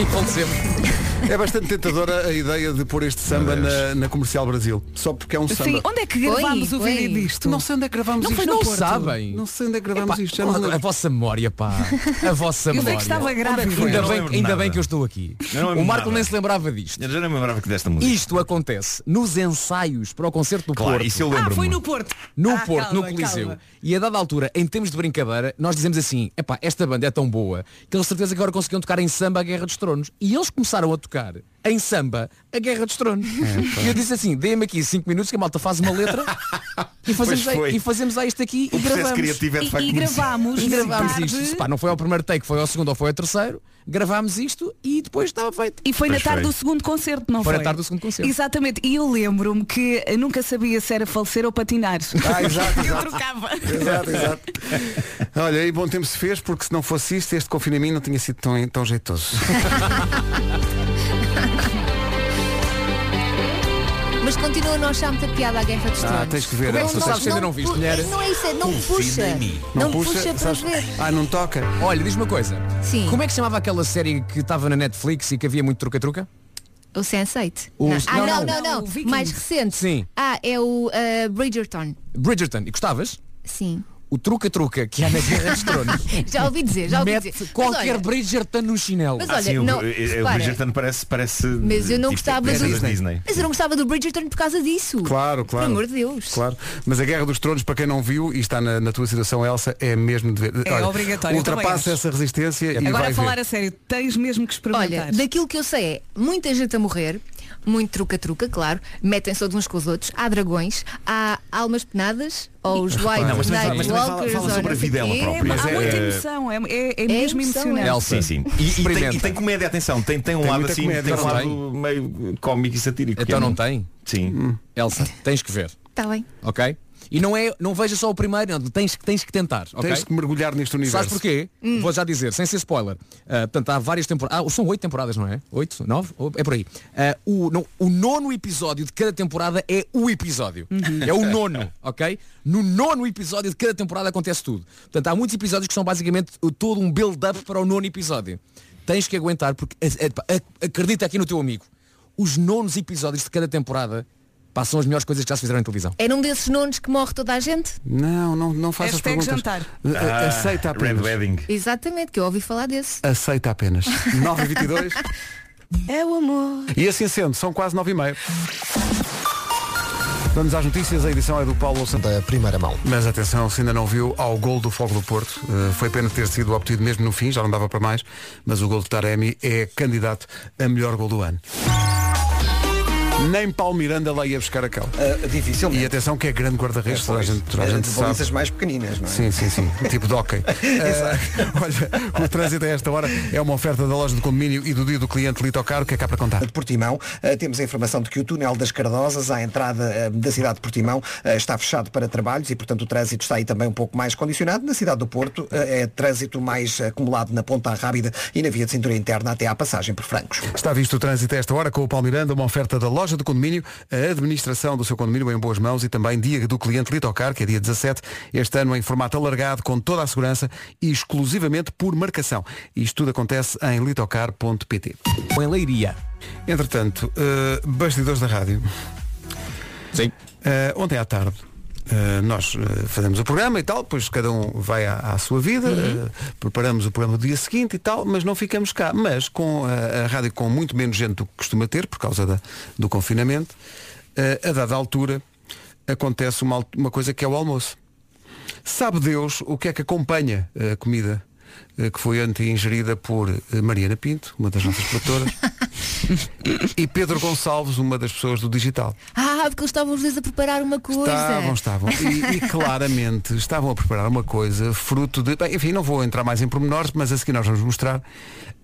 E falecemos.
É bastante tentadora a ideia de pôr este samba na, na Comercial Brasil. Só porque é um samba.
Sim, onde é que gravámos
Foi,
o vídeo
foi.
disto?
Não sei onde é que gravámos
Não,
isto.
foi
no
não
Porto.
sabem.
Não sei onde é que gravámos isto. já não
a,
lembro.
vossa memória, pá. A vossa
Eu sei que
memória.
estava
Onde é
grávida.
foi? Ainda,
Eu não
bem,
lembro
ainda
nada.
bem que eu estou aqui.
Eu não lembro
O Marco
nada.
nem se lembrava disto.
Eu já não me lembrava que desta música.
Isto acontece nos ensaios para o concerto
é
do
Claro,
Porto.
isso eu lembro-me. Ah, foi no
Porto.
No
Ah,
Porto,
calma,
no Coliseu.
calma.
E a dada altura, em termos de brincadeira, nós dizemos assim, epá, esta banda é tão boa que eles de certeza que agora conseguiam tocar em samba a Guerra dos Tronos. E eles começaram a tocar em samba a Guerra dos Tronos.
É, pá.
e eu disse assim, dê-me aqui 5 minutos que a malta faz uma letra e, fazemos
Pois
aí-
foi.
e fazemos aí isto aqui e
processo
gravamos.
criativo é, de E-
um
facto, e muito- gravámos
E gravámos
tarde.
isto. Isso, pá, não foi ao primeiro take, foi ao segundo ou foi ao terceiro. Gravámos isto e depois estava feito.
E foi na tarde do segundo concerto, não foi?
Foi na tarde do segundo concerto.
Exatamente. E eu lembro-me que eu nunca sabia se era falecer ou patinar.
Ah, exato,
eu
exato.
trocava.
Exato, exato. Olha, e bom tempo se fez, porque se não fosse isto, este confinamento não tinha sido tão, tão jeitoso.
Mas continua não achar muita piada à Guerra dos
Ah,
Tronos.
tens que ver,
Não,
Elsa,
não,
sabes que ainda
não
não viste,
pu-
mulher.
Não é isso, é não puxa. Não, puxa, para
sabes?
ver.
Ah, não toca. Olha, diz uma coisa.
Sim.
Como é que se chamava aquela série que estava na Netflix e que havia muito truca-truca?
O Sense8.
O-
Não. Ah,
não,
não,
não.
não, não. Mais recente.
Sim.
Ah, é o ah, Bridgerton.
Bridgerton. E gostavas?
Sim.
O truca-truca que há na Guerra dos Tronos.
Já ouvi dizer, já ouvi
Mete
dizer. Mas
qualquer
olha,
Bridgerton no chinelo.
Ah,
Mas olha,
um
não, repara,
Bridgerton parece, parece
mas eu não
tipo,
gostava
coisas
do
da Disney.
Mas eu não gostava do Bridgerton por causa disso.
Claro, claro.
Pelo amor de Deus.
Claro. Mas a Guerra dos Tronos, para quem não viu e está na, na tua situação, Elsa, é mesmo dever.
É obrigatório, eu também acho.
Ultrapassa essa resistência e
Agora
vai
a falar é-
ver.
a sério, tens mesmo que experimentar.
Olha, daquilo que eu sei é muita gente a morrer, muito truca-truca, claro, metem-se todos uns com os outros, há dragões, há almas penadas, ou os White
Não, mas também fala-
Night
mas também fala-
Walkers,
fala
ou
sobre
não
a
sei
vida dela
quê.
própria.
Mas
Há
é-
muita emoção, é, é, é mesmo
emoção,
emocionante.
Sim, sim. E- E, tem,
Experimenta.
e tem comédia, atenção, tem, tem um
Tem
lado
muita
assim,
comédia,
tem um
não
lado
tem?
meio cómico e satírico. que
Então
é
não
muito-
tem?
Sim.
Elsa, tens que ver.
Está Tá bem.
Ok? E não é, não veja só o primeiro, não, tens, que- tens que tentar. ok?
Tens que mergulhar neste universo.
Sabes porquê? Vou já dizer, sem ser spoiler. Ah, portanto, há várias temporadas. Ah, são oito temporadas, não é? Oito? Nove? Ou- É por aí. Ah, o, não, o nono episódio de cada temporada é o episódio.
Uhum.
É o nono, ok? No nono episódio de cada temporada acontece tudo. Portanto, há muitos episódios que são basicamente todo um build-up para o nono episódio. Tens que aguentar, porque é- é- pá, ac- acredita aqui no teu amigo. Os nonos episódios de cada temporada pá, são as melhores coisas que já se fizeram em televisão.
É num desses nonos que morre toda a gente?
Não, não, não faças
Hashtag
perguntas.
jantar.
A- a- Aceita apenas.
Exatamente, que eu ouvi falar desse.
Aceita apenas. 9 e 22
É o amor.
E assim sendo, são quase 9 e meia. Vamos às notícias, a edição é do Paulo Santos.
Da primeira mão.
Mas atenção, se ainda não viu, ao gol do Fogo do Porto. Eh, foi pena ter sido obtido mesmo no fim, já não dava para mais. Mas o gol de Taremi é candidato a melhor gol do ano. Nem Paulo Miranda lá ia buscar aquela.
Ah, difícil. É
E atenção que é grande guarda-redes, toda a gente,
É
toda a gente
de
sabe.
balizas mais pequeninas, não é?
Sim, sim, sim. Tipo de hockey. Eh, olha, o trânsito a esta hora é uma oferta da loja de condomínio e do dia do cliente Litocar. O que é que há para contar?
de Portimão. Eh, temos a informação de que o túnel das Cardosas, à entrada eh, da cidade de Portimão, eh, está fechado para trabalhos e, portanto, o trânsito está aí também um pouco mais condicionado. Na cidade do Porto, eh, é trânsito mais acumulado na Ponta Rábida e na via de cintura interna até à passagem por Francos.
Está visto o trânsito a esta hora com o Palmiranda, uma oferta da loja de condomínio, a administração do seu condomínio em boas mãos e também dia do cliente Litocar, que é dia 17, este ano em formato alargado, com toda a segurança e exclusivamente por marcação. Isto tudo acontece em litocar.pt.
Em Leiria.
Entretanto, eh, bastidores da rádio.
Sim.
ontem à tarde. eh, nós eh, fazemos o programa e tal, depois cada um vai à, à sua vida, eh, preparamos o programa do dia seguinte e tal, mas não ficamos cá. Mas com eh, a, a rádio com muito menos gente do que costuma ter, por causa da- do confinamento, eh, a dada altura acontece uma, al- uma coisa que é o almoço. Sabe Deus o que é que acompanha a comida eh, que foi ontem ingerida por eh, Mariana Pinto, uma das nossas produtoras, e Pedro Gonçalves, uma das pessoas do digital.
Ah, porque eles estavam os dois a preparar uma coisa.
é.
Estavam, estavam. E, e claramente estavam a preparar uma coisa fruto de. Bem, enfim, não vou entrar mais em pormenores, mas a seguir nós vamos mostrar.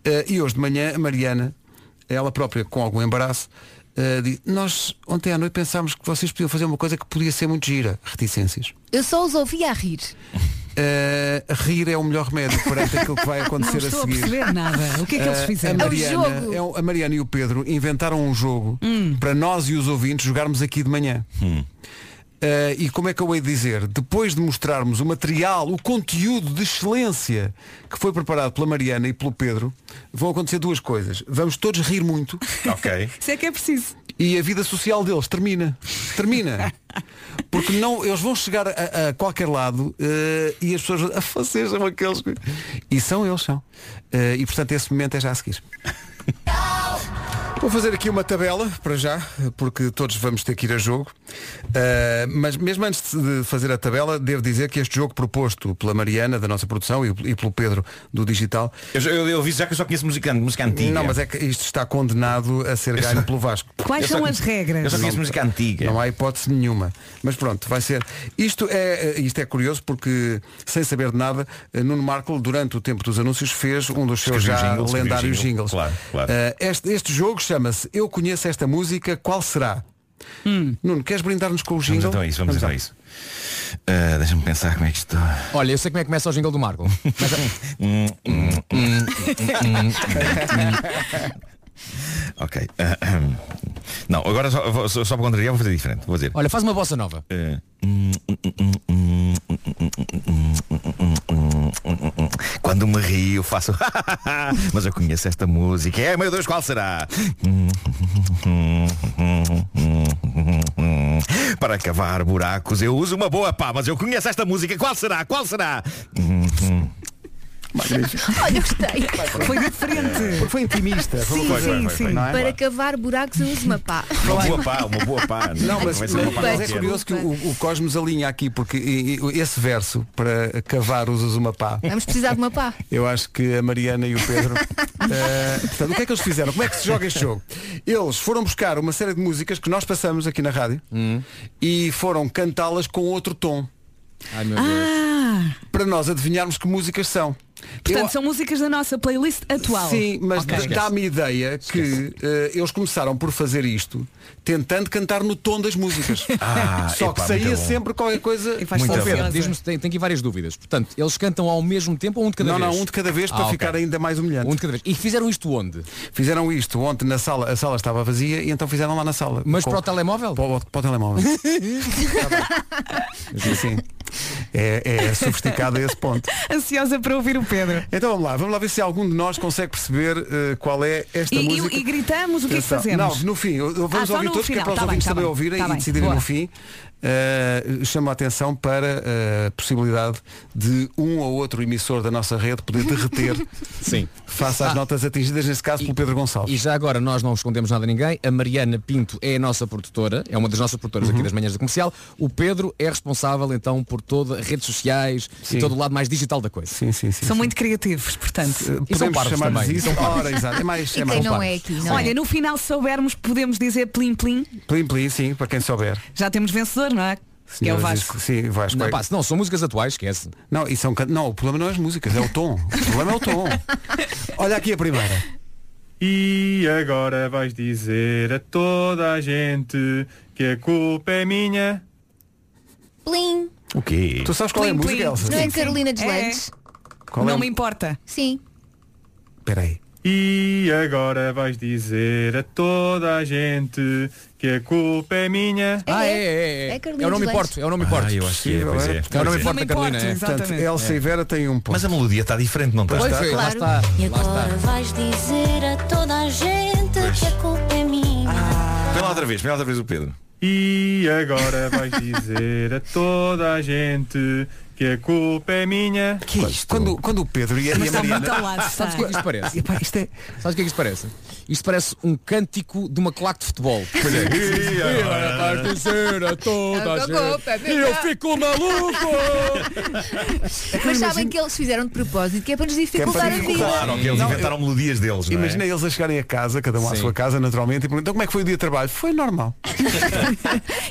Eh, e hoje de manhã, a Mariana, ela própria com algum embaraço, eh, disse, nós ontem à noite pensámos que vocês podiam fazer uma coisa que podia ser muito gira, reticências.
Eu só os ouvia a rir.
Eh, rir é o melhor remédio perante aquilo que vai acontecer
Não estou
a
a
seguir.
perceber nada. O que é que eles
Eh,
fizeram?
A
É um
Mariana,
jogo. Hum.
é um- a Mariana e o Pedro inventaram um jogo para nós e os ouvintes jogarmos aqui de manhã. eh, e como é que eu hei de dizer, depois de mostrarmos o material, o conteúdo de excelência que foi preparado pela Mariana e pelo Pedro, vão acontecer duas coisas. Vamos todos rir muito.
Ok.
Se é que é preciso.
E a vida social deles termina. Termina. Porque não, eles vão chegar a, a qualquer lado eh, e as pessoas a fazer são aqueles. que-" E são eles, são. Eh, e portanto esse momento é já a seguir. Vou fazer aqui uma tabela para já, porque todos vamos ter que ir a jogo. Uh, mas mesmo antes de fazer a tabela, devo dizer que este jogo proposto pela Mariana, da nossa produção, e, e pelo Pedro do Digital.
Eu, eu, eu vi já que eu só conheço música, música antiga.
Não, mas é que isto está condenado a ser ganho pelo Vasco.
Quais são as regras?
Eu só conheço
Não-
música antiga.
Não há hipótese nenhuma. Mas pronto, vai ser. Isto é, isto é curioso porque, sem saber de nada, eh, Nuno Marco, durante o tempo dos anúncios, fez um dos seus
Escrevi o
já
jingle, escrevi o
lendários
jingle.
jingles.
Claro, claro.
Eh, este, este jogo chama-se Eu Conheço Esta Música, Qual Será? Nuno, queres brindar-nos com o jingle?
Vamos então a isso, vamos então a isso. Ah, Deixa-me pensar como é que estou.
Olha, eu sei como é que começa o jingle do Marco. Mas,
Hum, hum, hum, hum, hum. ok. Ah, ahem. não, agora só, vou- só, só para contrariar vou fazer diferente. Vou dizer.
olha, faz uma bossa nova.
Ah, Quando me rio faço Mas eu conheço esta música É, meu Deus, qual será? Para cavar buracos eu uso uma boa pá Mas eu conheço esta música Qual será? Qual será?
Olha, gostei.
Foi diferente.
Foi intimista.
Sim,
Foi, foi,
sim,
foi,
sim.
foi. Não é?
Para cavar buracos eu uso uma pá.
Uma boa pá, uma boa pá
Não, mas,
Vai ser uma pá
mas é
qualquer.
curioso que o, o Cosmos alinha aqui, porque e- e- esse verso, para cavar usas uma pá.
Vamos precisar de uma pá.
Eu acho que a Mariana e o Pedro. eh, portanto, o que é que eles fizeram? Como é que se joga este jogo? Eles foram buscar uma série de músicas que nós passamos aqui na rádio
Hum.
e foram cantá-las com outro tom.
Ai meu
Ah,
Para nós adivinharmos que músicas são.
portanto,
Eu-
são músicas da nossa playlist atual.
Sim, mas
Ok.
dá-me ideia que eh, eles começaram por fazer isto tentando cantar no tom das músicas.
Ah,
Só
epá,
que
muito
saía
bom.
sempre qualquer coisa.
Muito bem. Pedro, diz-me se tem, tem aqui várias dúvidas. Portanto, eles cantam ao mesmo tempo ou um de cada
Não,
vez?
não, um de cada vez para
ok.
ficar ainda mais humilhante.
Um de cada vez. E fizeram isto onde?
Fizeram isto ontem na sala, a sala estava vazia e então fizeram lá na sala.
Mas
Com-
para o telemóvel?
Para o, para o telemóvel. Sim. É, é sofisticado a esse ponto.
Ansiosa para ouvir o Pedro.
Então vamos lá, vamos lá ver se algum de nós consegue perceber eh, qual é esta
E, e-
música.
e gritamos o que é que
Atenção.
fazemos?
Não, no fim, eu- eu-
Ah,
vamos
só
ouvir
no
todos, que é
final.
para os
Tá bem,
ouvintes
tá
também
bem,
ouvirem
tá
e
bem.
decidirem
Boa.
no fim. Eh, chamo a atenção para eh, a possibilidade de um ou outro emissor da nossa rede poder derreter
Sim.
face às
Ah.
notas atingidas, neste caso pelo Pedro Gonçalves.
E já agora nós não escondemos nada a ninguém. A Mariana Pinto é a nossa produtora, é uma das nossas produtoras
Uhum.
aqui das manhãs da comercial. O Pedro é responsável então por todas as redes sociais e todo o lado mais digital da coisa.
Sim, sim, sim.
São muito criativos, portanto.
Eh,
E são parvos
chamar-lhes
também.
isso?
São parvos.
Ora, exato. É mais,
E
é
quem
mais
não
parvos.
é aqui, não
Olha,
é?
no final, se soubermos, podemos dizer plim plim.
Plim, plim, sim, para quem souber.
Já temos vencedor, não é? que é o
Senhoras e-
Vasco.
Sim, Vasco.
Não,
é-
pá, se não, são músicas atuais, esquece.
Não, e são can- não, o problema não é as músicas, é o tom. O problema é o tom. Olha aqui a primeira.
E agora vais dizer a toda a gente que a culpa é minha.
Plim.
O quê?
Tu sabes qual é a
Plim,
música,
plim.
Elsa?
Não é Carolina dos
É.
Landes?
Qual é
não
o-
me importa.
Sim.
Peraí.
E agora vais dizer a toda a gente que a culpa é minha.
Ah, é, é, é.
É
É,
Carolina
o nome
dos
importa, é o nome importa.
Ah, eu acho que é, pois é.
o
Pois
nome
é.
importa, Carolina. é.
Portanto, Elsa e Vera têm um ponto.
Mas a melodia está diferente, não está?
Pois
Está?
é, lá
Claro.
está.
E
Lá está.
agora vais dizer a toda a gente
Pois.
que a culpa é minha.
Vem lá outra vez, vem lá outra vez o Pedro
E agora vais dizer a toda a gente que a culpa é minha.
Que é isto? Quando, quando o Pedro e a,
tá
e a Mariana.
Sabes o que é que isto parece?
Epá, isto é-
Sabes o que é que isto parece? Isto parece um cântico de uma claque de futebol.
Pois é.
E agora vais dizer a
Tá
É
toda a gente. E eu fico maluco!
Mas sabem que eles fizeram de propósito, que é para nos dificultar a vida.
Claro, ok, eles
Não,
inventaram melodias deles, não é?
Imagina eles a chegarem a casa, cada um à
Sim.
sua casa, naturalmente, e perguntam como é que foi o dia de trabalho. Foi normal.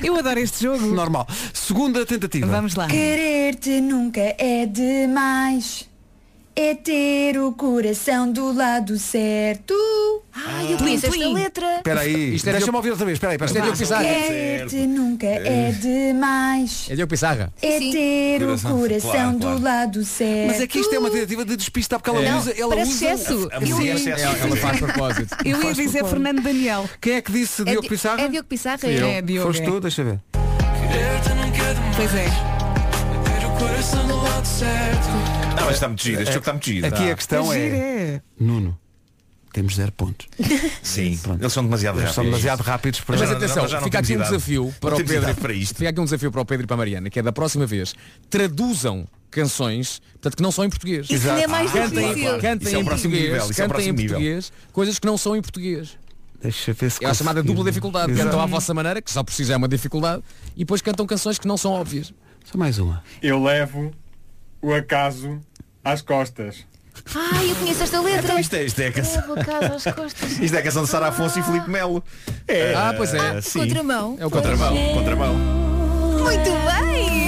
Eu adoro este jogo.
Hum.
Normal. Segunda tentativa.
Vamos lá.
Querer-te nunca é demais. É ter o coração do lado certo. Ai, eu conheço esta letra.
Espera aí.
Isto é
Deixa-me
Diogo-
ouvir outra vez. Espera aí. Espera
Isto é
aí.
Diogo
Ah,
Pizarro.
Querer-te nunca é demais.
É Diogo Pizarra.
É ter o
Coração.
coração
Claro, claro.
do lado certo.
Mas é que isto é uma tentativa de despistar porque ela
Não,
usa. Ela
parece
usa
excesso.
a- a
Eu-
música.
É.
Sim, ela- É, ela faz de propósito.
Eu ia dizer Fernando Daniel.
Quem é que disse
É
Diogo
Di-
Pizarra?
É Diogo Pizarra?
Fui eu.
é.
Diogo,
Foste
é.
tu, deixa ver.
Pois é.
Não, mas está muito giro, este jogo está tá muito giro.
Aqui
está.
a questão é, Nuno, temos zero pontos.
Sim, eles são demasiado
Eles
rápidos.
são demasiado rápidos para-
Já
Mas
não-
atenção,
já não
fica
temos
aqui um
idade.
desafio para
Não
o
temos
Pedro.
idade para isto.
Fica aqui um desafio para o Pedro e para a Mariana, que é da próxima vez, traduzam canções, portanto que não são em português.
Isso Exato. ainda é mais
Ah.
cantem
difícil.
cantem
Isso é o
em
próximo
português,
nível, isso é
cantem
o
em
próximo nível.
português, coisas que não são em português.
Deixa ver se
É a chamada
conseguimos.
dupla dificuldade.
Exato.
Cantam à vossa maneira, que só por si já é uma dificuldade, e depois cantam canções que não são óbvias.
Só mais uma.
Eu levo o acaso às costas.
um. Ai, eu conheço esta letra.
Então isto é, isto é a canção.
Leva o caso às costas.
Isto é a canção de Sara Afonso e Filipe Melo.
É.
Ah, pois é.
Ah, sim.
Contramão. Ah.
É o contramão. Contramão.
Muito bem!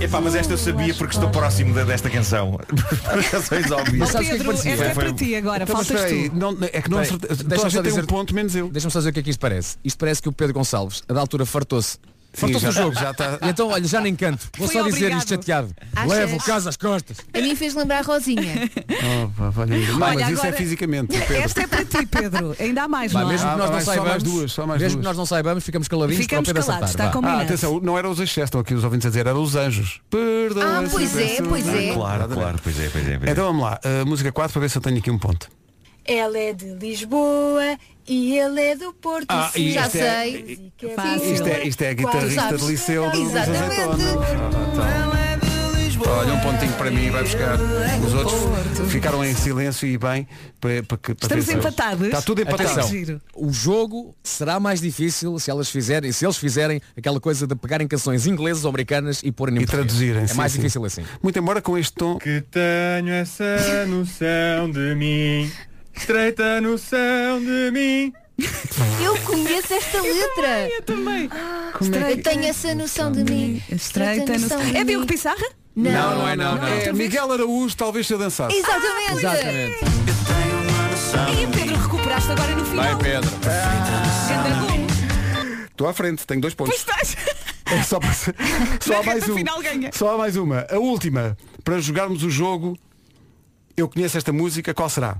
Epá, mas esta eu sabia porque estou próximo da- desta canção. Por razões óbvias.
Mas sabes o que é que parecia? Então, mas espera aí, não- é que
Espera
não
aí,
acertei- toda
deixa-me
a gente
só
tem um
dizer-
ponto menos eu.
Deixa-me só dizer o que é que isto parece. Isto parece que o Pedro Gonçalves, a da altura, fartou-se.
Sim,
Fartou-se
já-
do jogo.
já tá- está-
E Então, olha, já nem canto. Vou
Foi
só dizer
obrigado.
isto chateado.
Achas?
Levo o caso às costas.
A mim fez lembrar a Rosinha.
Opa, valeu. Não, mas
Olha,
isso é
agora-
fisicamente. Pedro.
Esta é para ti, Pedro. Ainda há mais,
Vai,
não é?
mesmo que nós não
vai, só
saibamos,
mais duas, só mais
mesmo
duas.
que nós
não saibamos, ficamos caladinhos
Ficamos
para o Pedro
calados,
acertar,
está
vá.
combinado.
Ah, atenção, não eram os excesso, estão aqui os ouvintes a dizer, eram os anjos. Perdão.
Ah, pois é, pois é.
Claro, claro, pois é, pois é. Pois é.
Então vamos lá, uh, música 4 para ver se eu tenho aqui um ponto.
Ela é de Lisboa e ele é do Porto.
Ah, e
Sim,
Já isto é- sei. Isto é, isto é a guitarrista de liceu do dos
Exatamente.
Azeitonas. Ah, então. Olha, um pontinho para mim, vai buscar. Os outros ficaram em silêncio e bem para, para que para ver se- Está tudo empatado.
Atenção, O jogo será mais difícil se elas fizerem, se eles fizerem aquela coisa de pegarem canções inglesas ou americanas e porem
E traduzirem.
É
sim,
mais
sim.
difícil assim.
Muito embora com este tom.
Que tenho essa noção de mim. Estreita noção de mim.
Eu conheço esta letra. Eu também.
Como é
eu tenho essa noção de mim.
Estreita noção- É Diogo
Pissarra?
Não,
Não.
não é não. É Miguel Araújo, talvez se eu dançasse.
Exatamente.
Exatamente.
E Pedro, recuperaste agora no final.
Vai Pedro.
Ganda
Estou à frente, tenho dois pontos.
estás.
É só, para-
é
só há mais
reta
um.
final ganha.
Só há mais uma. A última, para jogarmos o jogo, eu conheço esta música, qual será?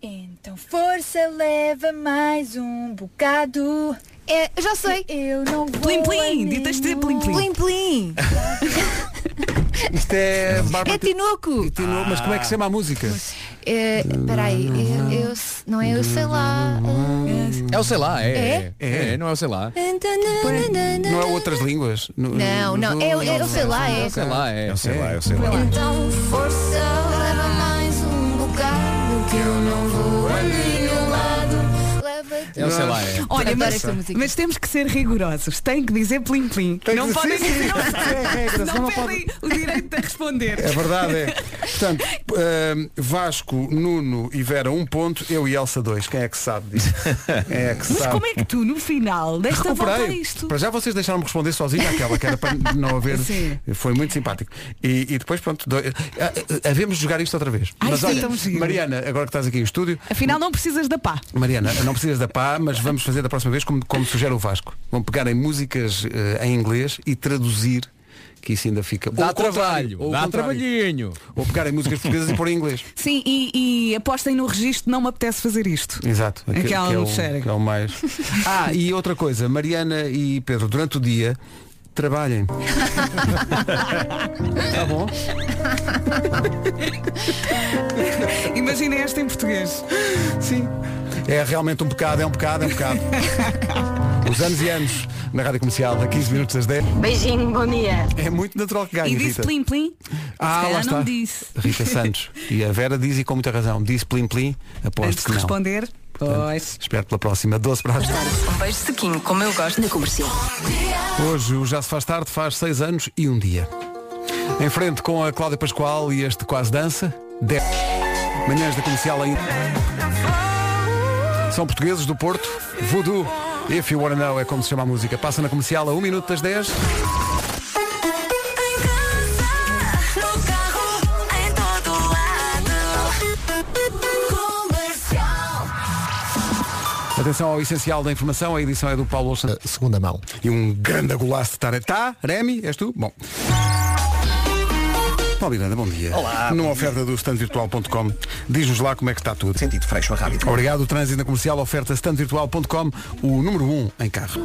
Então força, leva mais um bocado.
É, já sei.
Eu não vou.
Plim,
a
plim. Ditas de plim, plim.
Plim Plim.
Isto é
um
Bárbara.
É Tinoco.
Tinoco, Mas como é que se chama a música?
É, Espera aí. Eu, eu- não é eu sei lá.
É o sei lá,
É?
é. É, não é o sei lá.
Não é outras línguas? No-
Não, não. É, é, eu sei lá. É.
sei lá, é.
Eu sei lá, eu sei lá.
Então força, leva mais um bocado que eu não vou a nenhum lado. Leva-te.
Eu sei lá, é.
Olha,
Adoro
mas,
esta música.
mas temos que ser rigorosos. Tem que dizer plim plim.
Tem que
Não
dizer-
podem
sim,
dizer.
sim, sim, é regra,
Não,
senão não
pedem o direito de responder.
É verdade, é. Portanto, hum, Vasco, Nuno e Vera um ponto, eu e Elsa dois. Quem é que sabe disso? Quem é que
Mas
sabe?
como é que tu, no final, desta volta a
Recuperei.
isto?
Para já vocês deixaram-me responder sozinho àquela que era para não haver.
Sim.
Foi muito simpático. E, e depois, pronto, do... ah, ah, havemos de jogar isto outra vez.
Ai,
mas
isto é
olha,
tão giro.
Mariana, agora que estás aqui em estúdio,
Afinal, não precisas da pá.
Mariana, não precisas da pá, mas vamos fazer da próxima vez como, como sugere o Vasco. Vão pegar em músicas eh, em inglês e traduzir, que isso ainda fica. Ou
Dá
o contrário,
trabalho,
ou o
dá
contrário.
trabalhinho.
Ou pegar em músicas portuguesas e pôr em inglês.
Sim, e, e apostem no registro, não me apetece fazer isto.
Exato.
É que
Aquele-
há
que é
algo
o-
sério.
que é o mais. Ah, e outra coisa, Mariana e Pedro, durante o dia, trabalhem. Tá bom?
Imagina esta em português.
Sim. É realmente um pecado, é um pecado, é um pecado. Os anos e anos na Rádio Comercial, a 15 minutos das 10.
Beijinho, bom dia.
É muito natural que
E
ganhe,
disse
Rita.
plim plim. Se
Ah,
calhar
lá
não
está.
disse.
Rita Santos. E a Vera diz e com muita razão. Disse plim plim, aposto
Antes
que
de
não.
responder, pois.
Espero pela próxima. 12 para as
Um beijo sequinho, como eu gosto, na comercial.
Hoje o Já se faz tarde, faz seis anos e um dia. Em frente com a Cláudia Pascoal e este Quase Dança. 10 manhãs da comercial ainda. São portugueses do Porto. Voodoo. If You Wanna Know é como se chama a música. Passa na comercial a 1 minuto das 10.
No carro, em todo lado. Comercial.
Atenção ao essencial da informação. A edição é do Paulo Alexandre. Segunda mão. E um grande golaço de Taretá. Remy, és tu? Bom. Paulo Miranda, bom dia. Olá. Numa oferta do standvirtual.com, diz-nos lá como é que está tudo.
Sentido freixo a rádio.
Obrigado, o trânsito na comercial oferta standvirtual.com, o número 1 um em carro.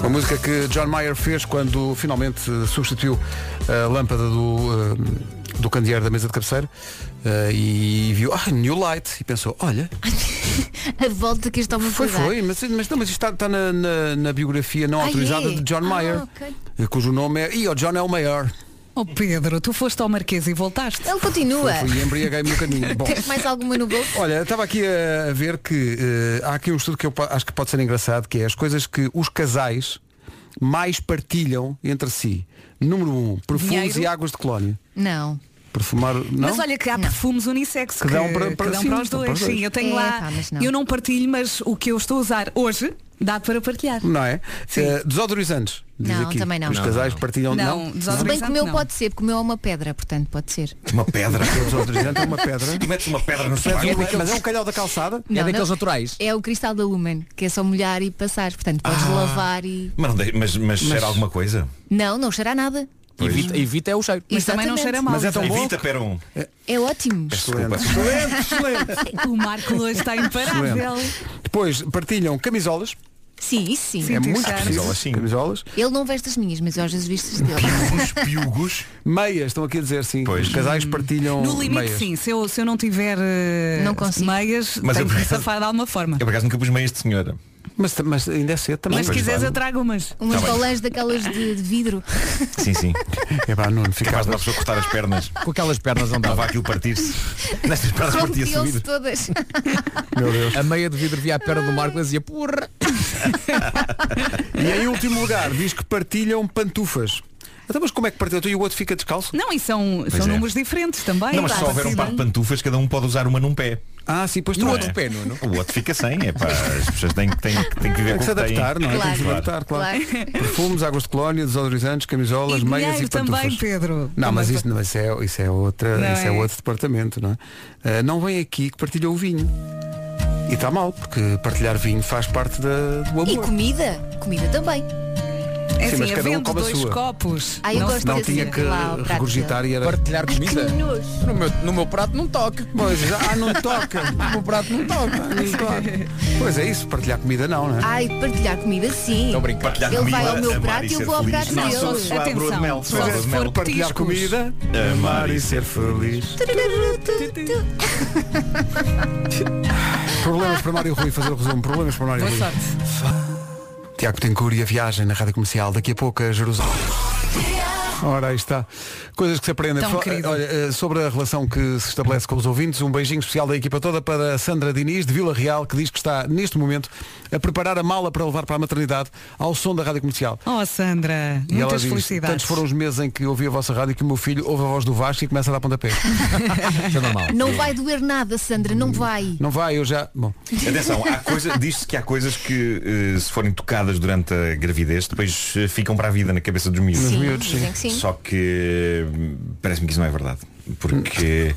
Uma música que John Mayer fez quando finalmente eh, substituiu a lâmpada do, eh, do candeeiro da mesa de cabeceira eh, e viu, ah, New Light, e pensou, olha,
A volta que é este homem
foi,
foi dar.
foi, mas, mas, não, mas isto está, está na, na, na biografia não
Ah,
autorizada
é?
de John
Ah,
Mayer,
ok.
eh, cujo nome é, e o John é o maior.
Oh Pedro, tu foste ao Marquês e voltaste.
Ele continua.
E embriaguei-me no caminho. é Bom.
Tens Ah. mais alguma no bolso?
Olha, estava aqui a a ver que eh, há aqui um estudo que eu pa- acho que pode ser engraçado, que é as coisas que os casais mais partilham entre si. Número um, perfumes
Dinheiro.
e águas de colónia.
Não.
Perfumar, não?
Mas olha que há perfumes unissex
Que
que,
dão para- para-
que dão
sim,
os
dão
dois.
para os dois.
Sim, eu tenho
É,
lá.
pá, mas não.
Eu não partilho, mas o que eu estou a usar hoje dá para partilhar.
Não é? Eh, desodorizantes. diz
Não,
aqui.
também não.
Os
Não,
casais
não.
partilham. Não,
Se bem que o meu pode ser, porque o meu é uma pedra, portanto pode ser.
Uma pedra. O desodorizante é uma pedra.
Tu metes uma pedra no
Mas
sapato.
é um- mas é um calhau da calçada?
Não, não. É o cristal da Lumen, que é só molhar e passar. Portanto, podes lavar e.
Mas, não dei- mas, mas, cheira alguma coisa?
Não, não cheira a nada.
Evita,
evita é o cheiro.
Mas também não
Exatamente.
cheira mal.
Mas é tão
Exato.
evita, pera um.
É ótimo.
Desculpa.
o Marco hoje está imparável.
Depois partilham camisolas.
Sim, isso sim.
é muito preciso. Camisolas.
Ele não veste as minhas, mas eu às vezes visto as dele.
Tá Piugos.
Meias, estão aqui a dizer sim. Os casais partilham
No limite
meias.
sim, se eu, se eu não tiver eh,
Não consigo.
meias,
Mas
tenho
eu-
que safar de alguma forma.
Eu por acaso nunca pus meias de senhora.
Mas, mas ainda é cedo também.
Mas se quiseres eu trago umas.
Umas
Tá bem.
colãs daquelas de, de vidro.
Sim, sim.
É pá, Nuno,
Capaz de uma pessoa cortar as pernas.
Com aquelas pernas não
dava aquilo partir-se. Nestas pernas partia-se a
Rompiam-se
vida.
todas.
Meu Deus.
A meia de vidro via a perna do Marco e dizia, porra.
E em último lugar, diz que partilham pantufas. Então, mas como é que partilham? Tu e o outro fica descalço?
Não, e são,
Pois
são
é.
números diferentes também.
Não, mas se só houver um par de pantufas, cada um pode usar uma num pé.
Ah, sim, pois
No
outro pé,
não é? O outro fica sem, é pá, as pessoas têm, que- têm, que- têm que ver
Tem
com
que se
o que têm.
adaptar, não é? Tem que se adaptar, claro. Perfumes, águas de colónia, desodorizantes, camisolas,
E
meias e
dinheiro
pantufas.
também, Pedro.
Não,
Também
mas
pa-
isso, não, isso, é, isso é, outra,
Não
isso é
é?
outro departamento, não é? Ah, não vem aqui que partilhou o vinho. E está mal, porque partilhar vinho faz parte da, do amor.
E comida? Comida também.
É
Sim,
assim,
mas cada um
havendo
come a
dois
sua.
copos.
Ah, eu
não
gosto
Não
desse
tinha que
lá, o prato
regurgitar e era
é? Partilhar comida.
dele. Que nojo.
No meu, no meu prato não toca.
Pois, ah, não toca. No meu prato não toca. Não toca. Pois é isso, partilhar comida não, não é?
Ai, partilhar comida sim.
Não brinco. Partilhar
Ele vai
comida,
ao meu
amar
prato
e
e eu
ser
vou ao
feliz.
prato
Não, só
dele.
se há broa de mel, só Pois broa é, de mel. partilhar comida, amar e ser feliz. Problemas para Mário Rui, fazer o resumo. Problemas para Mário
Boa
Rui.
sorte.
Tiago Tencour e a viagem na Rádio Comercial. Daqui a pouco a Jerusalém. Ora, aí está. Coisas que se aprendem.
Tão
Fa-
querido.
Olha, eh, sobre a relação que se estabelece com os ouvintes, um beijinho especial da equipa toda para a Sandra Diniz, de Vila Real, que diz que está, neste momento, a preparar a mala para levar para a maternidade ao som da Rádio Comercial.
Oh, Sandra,
E ela
muitas
diz,
felicidades.
tantos foram os meses em que ouvi a vossa rádio que o meu filho ouve a voz do Vasco e começa a dar pontapé. Isso é normal.
Não vai doer nada, Sandra, não vai.
Não vai, eu já. Bom.
Atenção, há coisa, diz-se que há coisas que eh, se forem tocadas durante a gravidez depois eh, ficam para a vida na cabeça dos miúdos.
Nos Sim, miúdos, sim. dizem que sim.
Só que hum, parece-me que isso não é verdade. Porque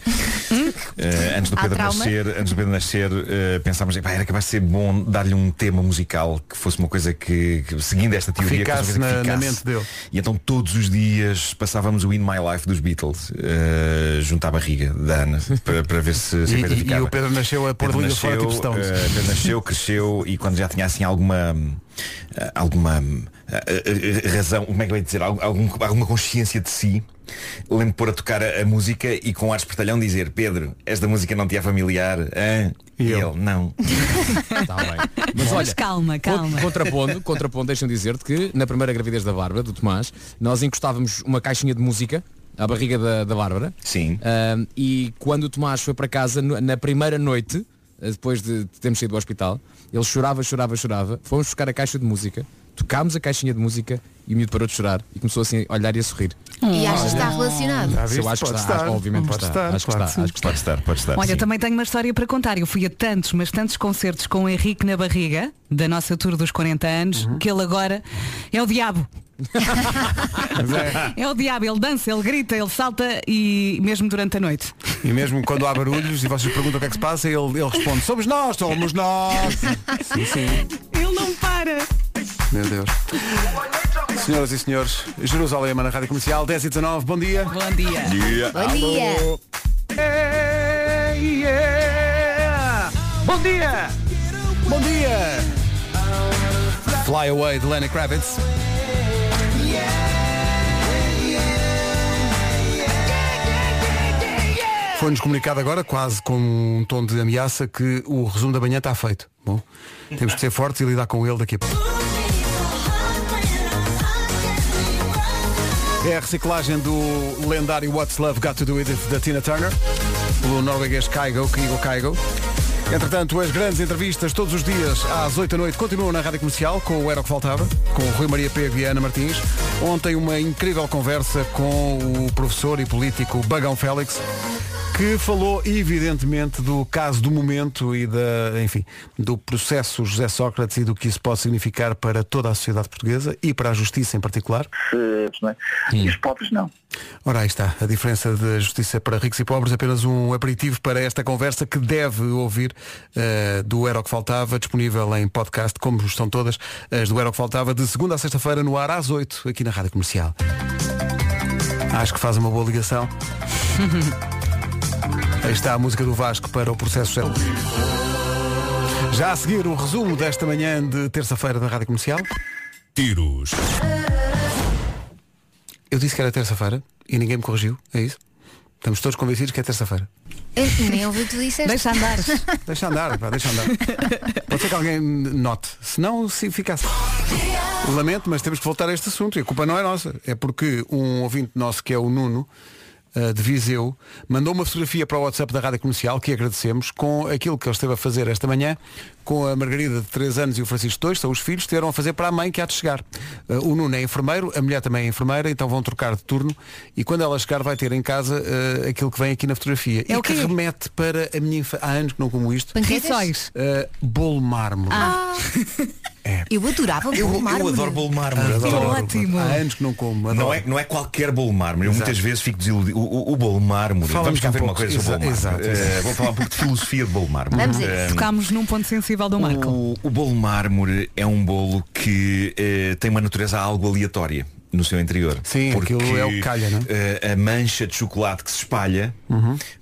eh, antes do
Há
Pedro
trauma?
nascer, antes do Pedro nascer, eh, pensámos, "Epá, era capaz de ser bom dar-lhe um tema musical que fosse uma coisa que, que, seguindo esta teoria,
Ficasse
que fosse uma
na-
coisa que
na
ficasse.
mente dele.
E então todos os dias passávamos o In My Life dos Beatles eh, junto à barriga da Ana para, para ver se, se a
E-
coisa
e- e
ficava.
o Pedro nasceu a pôr
Pedro
linha fora,
nasceu,
tipo Stones.
eh, Pedro nasceu, cresceu e quando já tinha assim alguma hum, ah, alguma hum, ah, ah, ah, razão, como é que eu ia dizer, Algu- algum, alguma consciência de si, lembro de pôr a tocar a, a música e com ar espertalhão dizer Pedro, esta música não te é familiar, hã?" E, ele, não.
Tá
Mas, calma, calma.
Con- Contrapondo, contrapondo deixa-me dizer-te que na primeira gravidez da Bárbara, do Tomás, nós encostávamos uma caixinha de música à barriga da, da Bárbara.
Sim.
Ah.
e quando o Tomás foi para casa, no- na primeira noite, ah, depois de de termos saído do hospital, ele chorava, chorava, chorava. Fomos buscar a caixa de música, tocámos a caixinha de música e o miúdo parou de chorar e começou assim a olhar e a sorrir.
E achas que está relacionado?
Se eu acho que está, acho- obviamente que está. Acho que está, acho que
Pode estar, pode estar.
Olha,
sim.
também tenho uma história para contar. Eu fui a tantos, mas tantos concertos com o Henrique na barriga, da nossa tour dos 40 anos,
Uhum.
que ele agora é o diabo.
Ah.
é o diabo, ele dança, ele grita, ele salta e mesmo durante a noite.
E mesmo quando há barulhos e vocês perguntam o que é que se passa, ele, ele responde, somos nós, somos nós. Sim, sim.
Ele não para.
Meu Deus. Senhoras e senhores, Jerusalém é na Rádio Comercial, 10 e 19, bom dia.
Bom dia.
Bom dia.
Bom dia! Bom dia! Fly Away de Lenny Kravitz. Foi-nos comunicado agora, quase com um tom de ameaça, que o resumo da manhã está feito. Bom, temos que ser fortes e lidar com ele daqui a pouco. É a reciclagem do lendário What's Love Got to Do With It da Tina Turner, pelo norueguês Kygo, Kygo Kygo. Entretanto, as grandes entrevistas todos os dias às 8 da noite continuam na Rádio Comercial com o Era o que Faltava, com o Rui Maria Pego e a Ana Martins. Ontem uma incrível conversa com o professor e político Bagão Félix, que falou evidentemente do caso do momento e da, enfim, do processo José Sócrates e do que isso pode significar para toda a sociedade portuguesa e para a justiça em particular.
Se, não é? E os pobres não.
Ora, aí está. A diferença da justiça para ricos e pobres é apenas um aperitivo para esta conversa que deve ouvir eh, do Era o que Faltava, disponível em podcast, como estão todas as do Era o que Faltava, de segunda a sexta-feira no ar às 8, aqui na Rádio Comercial. Acho que faz uma boa ligação. Aí está a música do Vasco para o processo. Celo. Já a seguir o resumo desta manhã de terça-feira da Rádio Comercial. Tiros. Eu disse que era terça-feira e ninguém me corrigiu, é isso? Estamos todos convencidos que é terça-feira.
Eu nem ouvi o que tu disseste.
Deixa andar.
Deixa andar, pá, deixa andar. Pode ser que alguém note. Se não, se fica assim. Lamento, mas temos que voltar a este assunto. E a culpa não é nossa. É porque um ouvinte nosso, que é o Nuno, eh, de Viseu, mandou uma fotografia para o WhatsApp da Rádio Comercial, que agradecemos, com aquilo que ele esteve a fazer esta manhã, com a Margarida de 3 anos e o Francisco 2, são os filhos, tiveram a fazer para a mãe que há de chegar. Eh, o Nuno é enfermeiro, a mulher também é enfermeira, então vão trocar de turno e quando ela chegar vai ter em casa eh, aquilo que vem aqui na fotografia.
É
e
o
que
quê?
remete para a minha infância. Há anos que não como isto.
Panquecas?
Rissóis.
Eh, bolo mármore.
Ah, eu adorava o bolo mármore.
bolo mármore.
Adoro.
Adoro.
Ótimo. Há anos que não como. adoro.
Não é, não é qualquer bolo mármore. Eu
Exato.
muitas vezes fico desiludido. O, o- o bolo mármore. Vamos
Fala-nos
cá
um
ver uma
pouco.
coisa sobre o bolo
Exa-
mármore.
exato,
Eh,
exato.
vou falar um pouco de filosofia de bolo mármore.
Vamos a
Eh,
isso. Tocámos num ponto sensível do Marco.
O, o bolo mármore é um bolo que eh, tem uma natureza algo aleatória no seu interior. Sim, porque
aquilo é o que calha, não é? Uhum.
eh, a mancha de chocolate que se espalha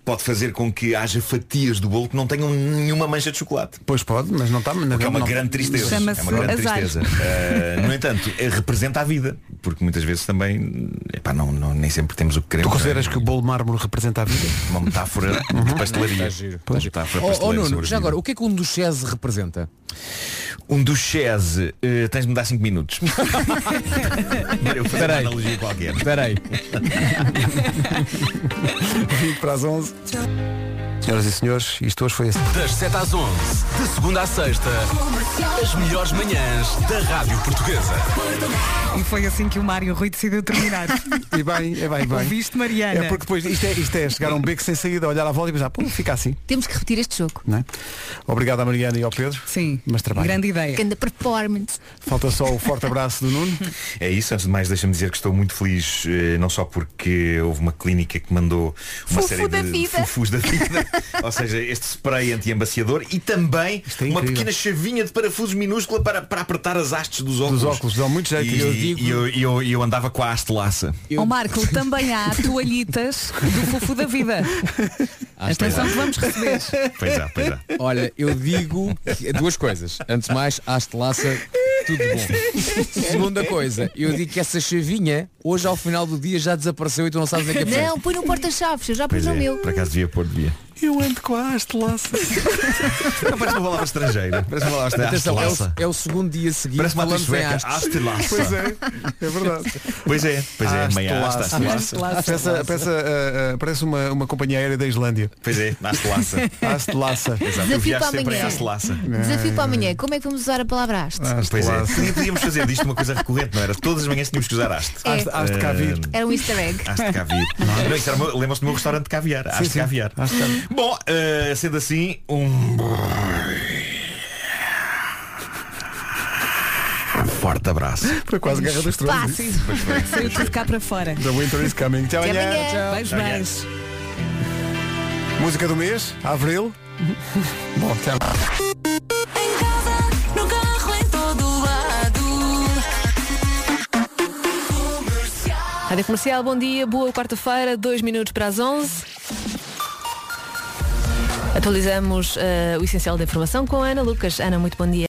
pode fazer com que haja fatias do bolo que não tenham nenhuma mancha de chocolate.
Pois pode, mas não está.
O que é uma grande tristeza. É uma grande tristeza. Eh, no entanto, eh, representa a vida, porque muitas vezes também epá, não, não- nem sempre temos o que
Tu
queremos. É
consideras que o bolo mármore representa a vida?
Uma metáfora de pastelaria.
Está giro, está giro.
Metáfora
Oh, oh,
pasteleira
Nuno,
sobre
já
a vida.
agora,
O que é que um Duchesse representa?
Um Duchesse, eh, tens de me dar 5 minutos. Para eu fazer uma analogia qualquer.
Espera aí.
20 para as 11. Senhoras e senhores, isto hoje foi assim.
Das 7 às 11, de segunda à sexta, as melhores manhãs da Rádio Portuguesa.
Oh.
E foi assim que o Mário Rui decidiu terminar.
E bem, é bem, bem.
Ouviste, Mariana?
É porque depois isto é, isto é chegar a um beco sem saída, olhar à volta e pensar, pô, fica assim,
Temos que repetir este jogo.
não é? Obrigado à Mariana e ao Pedro.
Sim.
Mas trabalho.
ideia.
Grande performance.
Falta só o forte abraço do Nuno.
É isso, antes de mais deixa-me dizer que estou muito feliz, eh, não só porque houve uma clínica que mandou uma
Fufu
série
da
de
vida.
fufus da vida, ou seja, este spray anti-embaciador e também uma pequena chavinha de parafusos minúscula para, para apertar as hastes dos óculos. Dos óculos,
dão muito jeito.
E, eu, e eu, e eu, e eu andava com a haste laça.
Ó Marco, também há toalhitas do fofo da vida. Atenção que vamos receber.
Pois é, pois é.
Olha, eu digo que- é duas coisas. Antes de mais, haste laça, tudo bom. Segunda coisa, eu digo que essa chavinha hoje ao final do dia já desapareceu e tu não sabes nem que é preciso.
Não, põe no porta-chaves, eu já pus
Pois
no
é,
meu.
por acaso devia pôr devia.
Eu ando com a haste laça.
Não parece uma palavra estrangeira. Parece uma palavra
Atenção,
estrangeira.
é
Haste laça.
o, é o segundo dia seguinte.
Parece uma atriz
falamos em
sueca.
hastes.
Haste laça.
Pois é, é verdade.
Pois é, pois é, meia haste, haste laça.
Parece, parece, ah, ah, parece uma, uma companhia aérea da Islândia.
Pois é, haste laça.
Haste laça.
Exato, eu
Desafio
viajo
para
sempre em
amanhã.
haste laça.
Desafio para amanhã. Como é que vamos usar a palavra haste?
Pois é,
laço.
Podia- podíamos fazer disto uma coisa recorrente, não era? Todas as manhãs tínhamos que usar haste.
É. Haste- haste
Eh,
cavir. Era um easter egg.
Haste de caviar. Não, é? isso era o meu- Lembram-se do meu restaurante de caviar. Haste de caviar. Bom, eh, sendo assim, um. Forte abraço.
Foi quase Guerra dos Tronos.
Pá, sim.
Pois foi.
Saiu tudo cá para fora.
The winter is coming. Até
Até
amanhã.
amanhã.
Tchau.
Beijos, beijos.
Música do mês, Avril. Bom, até lá.
No carro em todo lado.
Rádio Comercial, bom dia, boa quarta-feira, dois minutos para as 11. Atualizamos eh, o essencial da informação com a Ana Lucas. Ana, muito bom dia.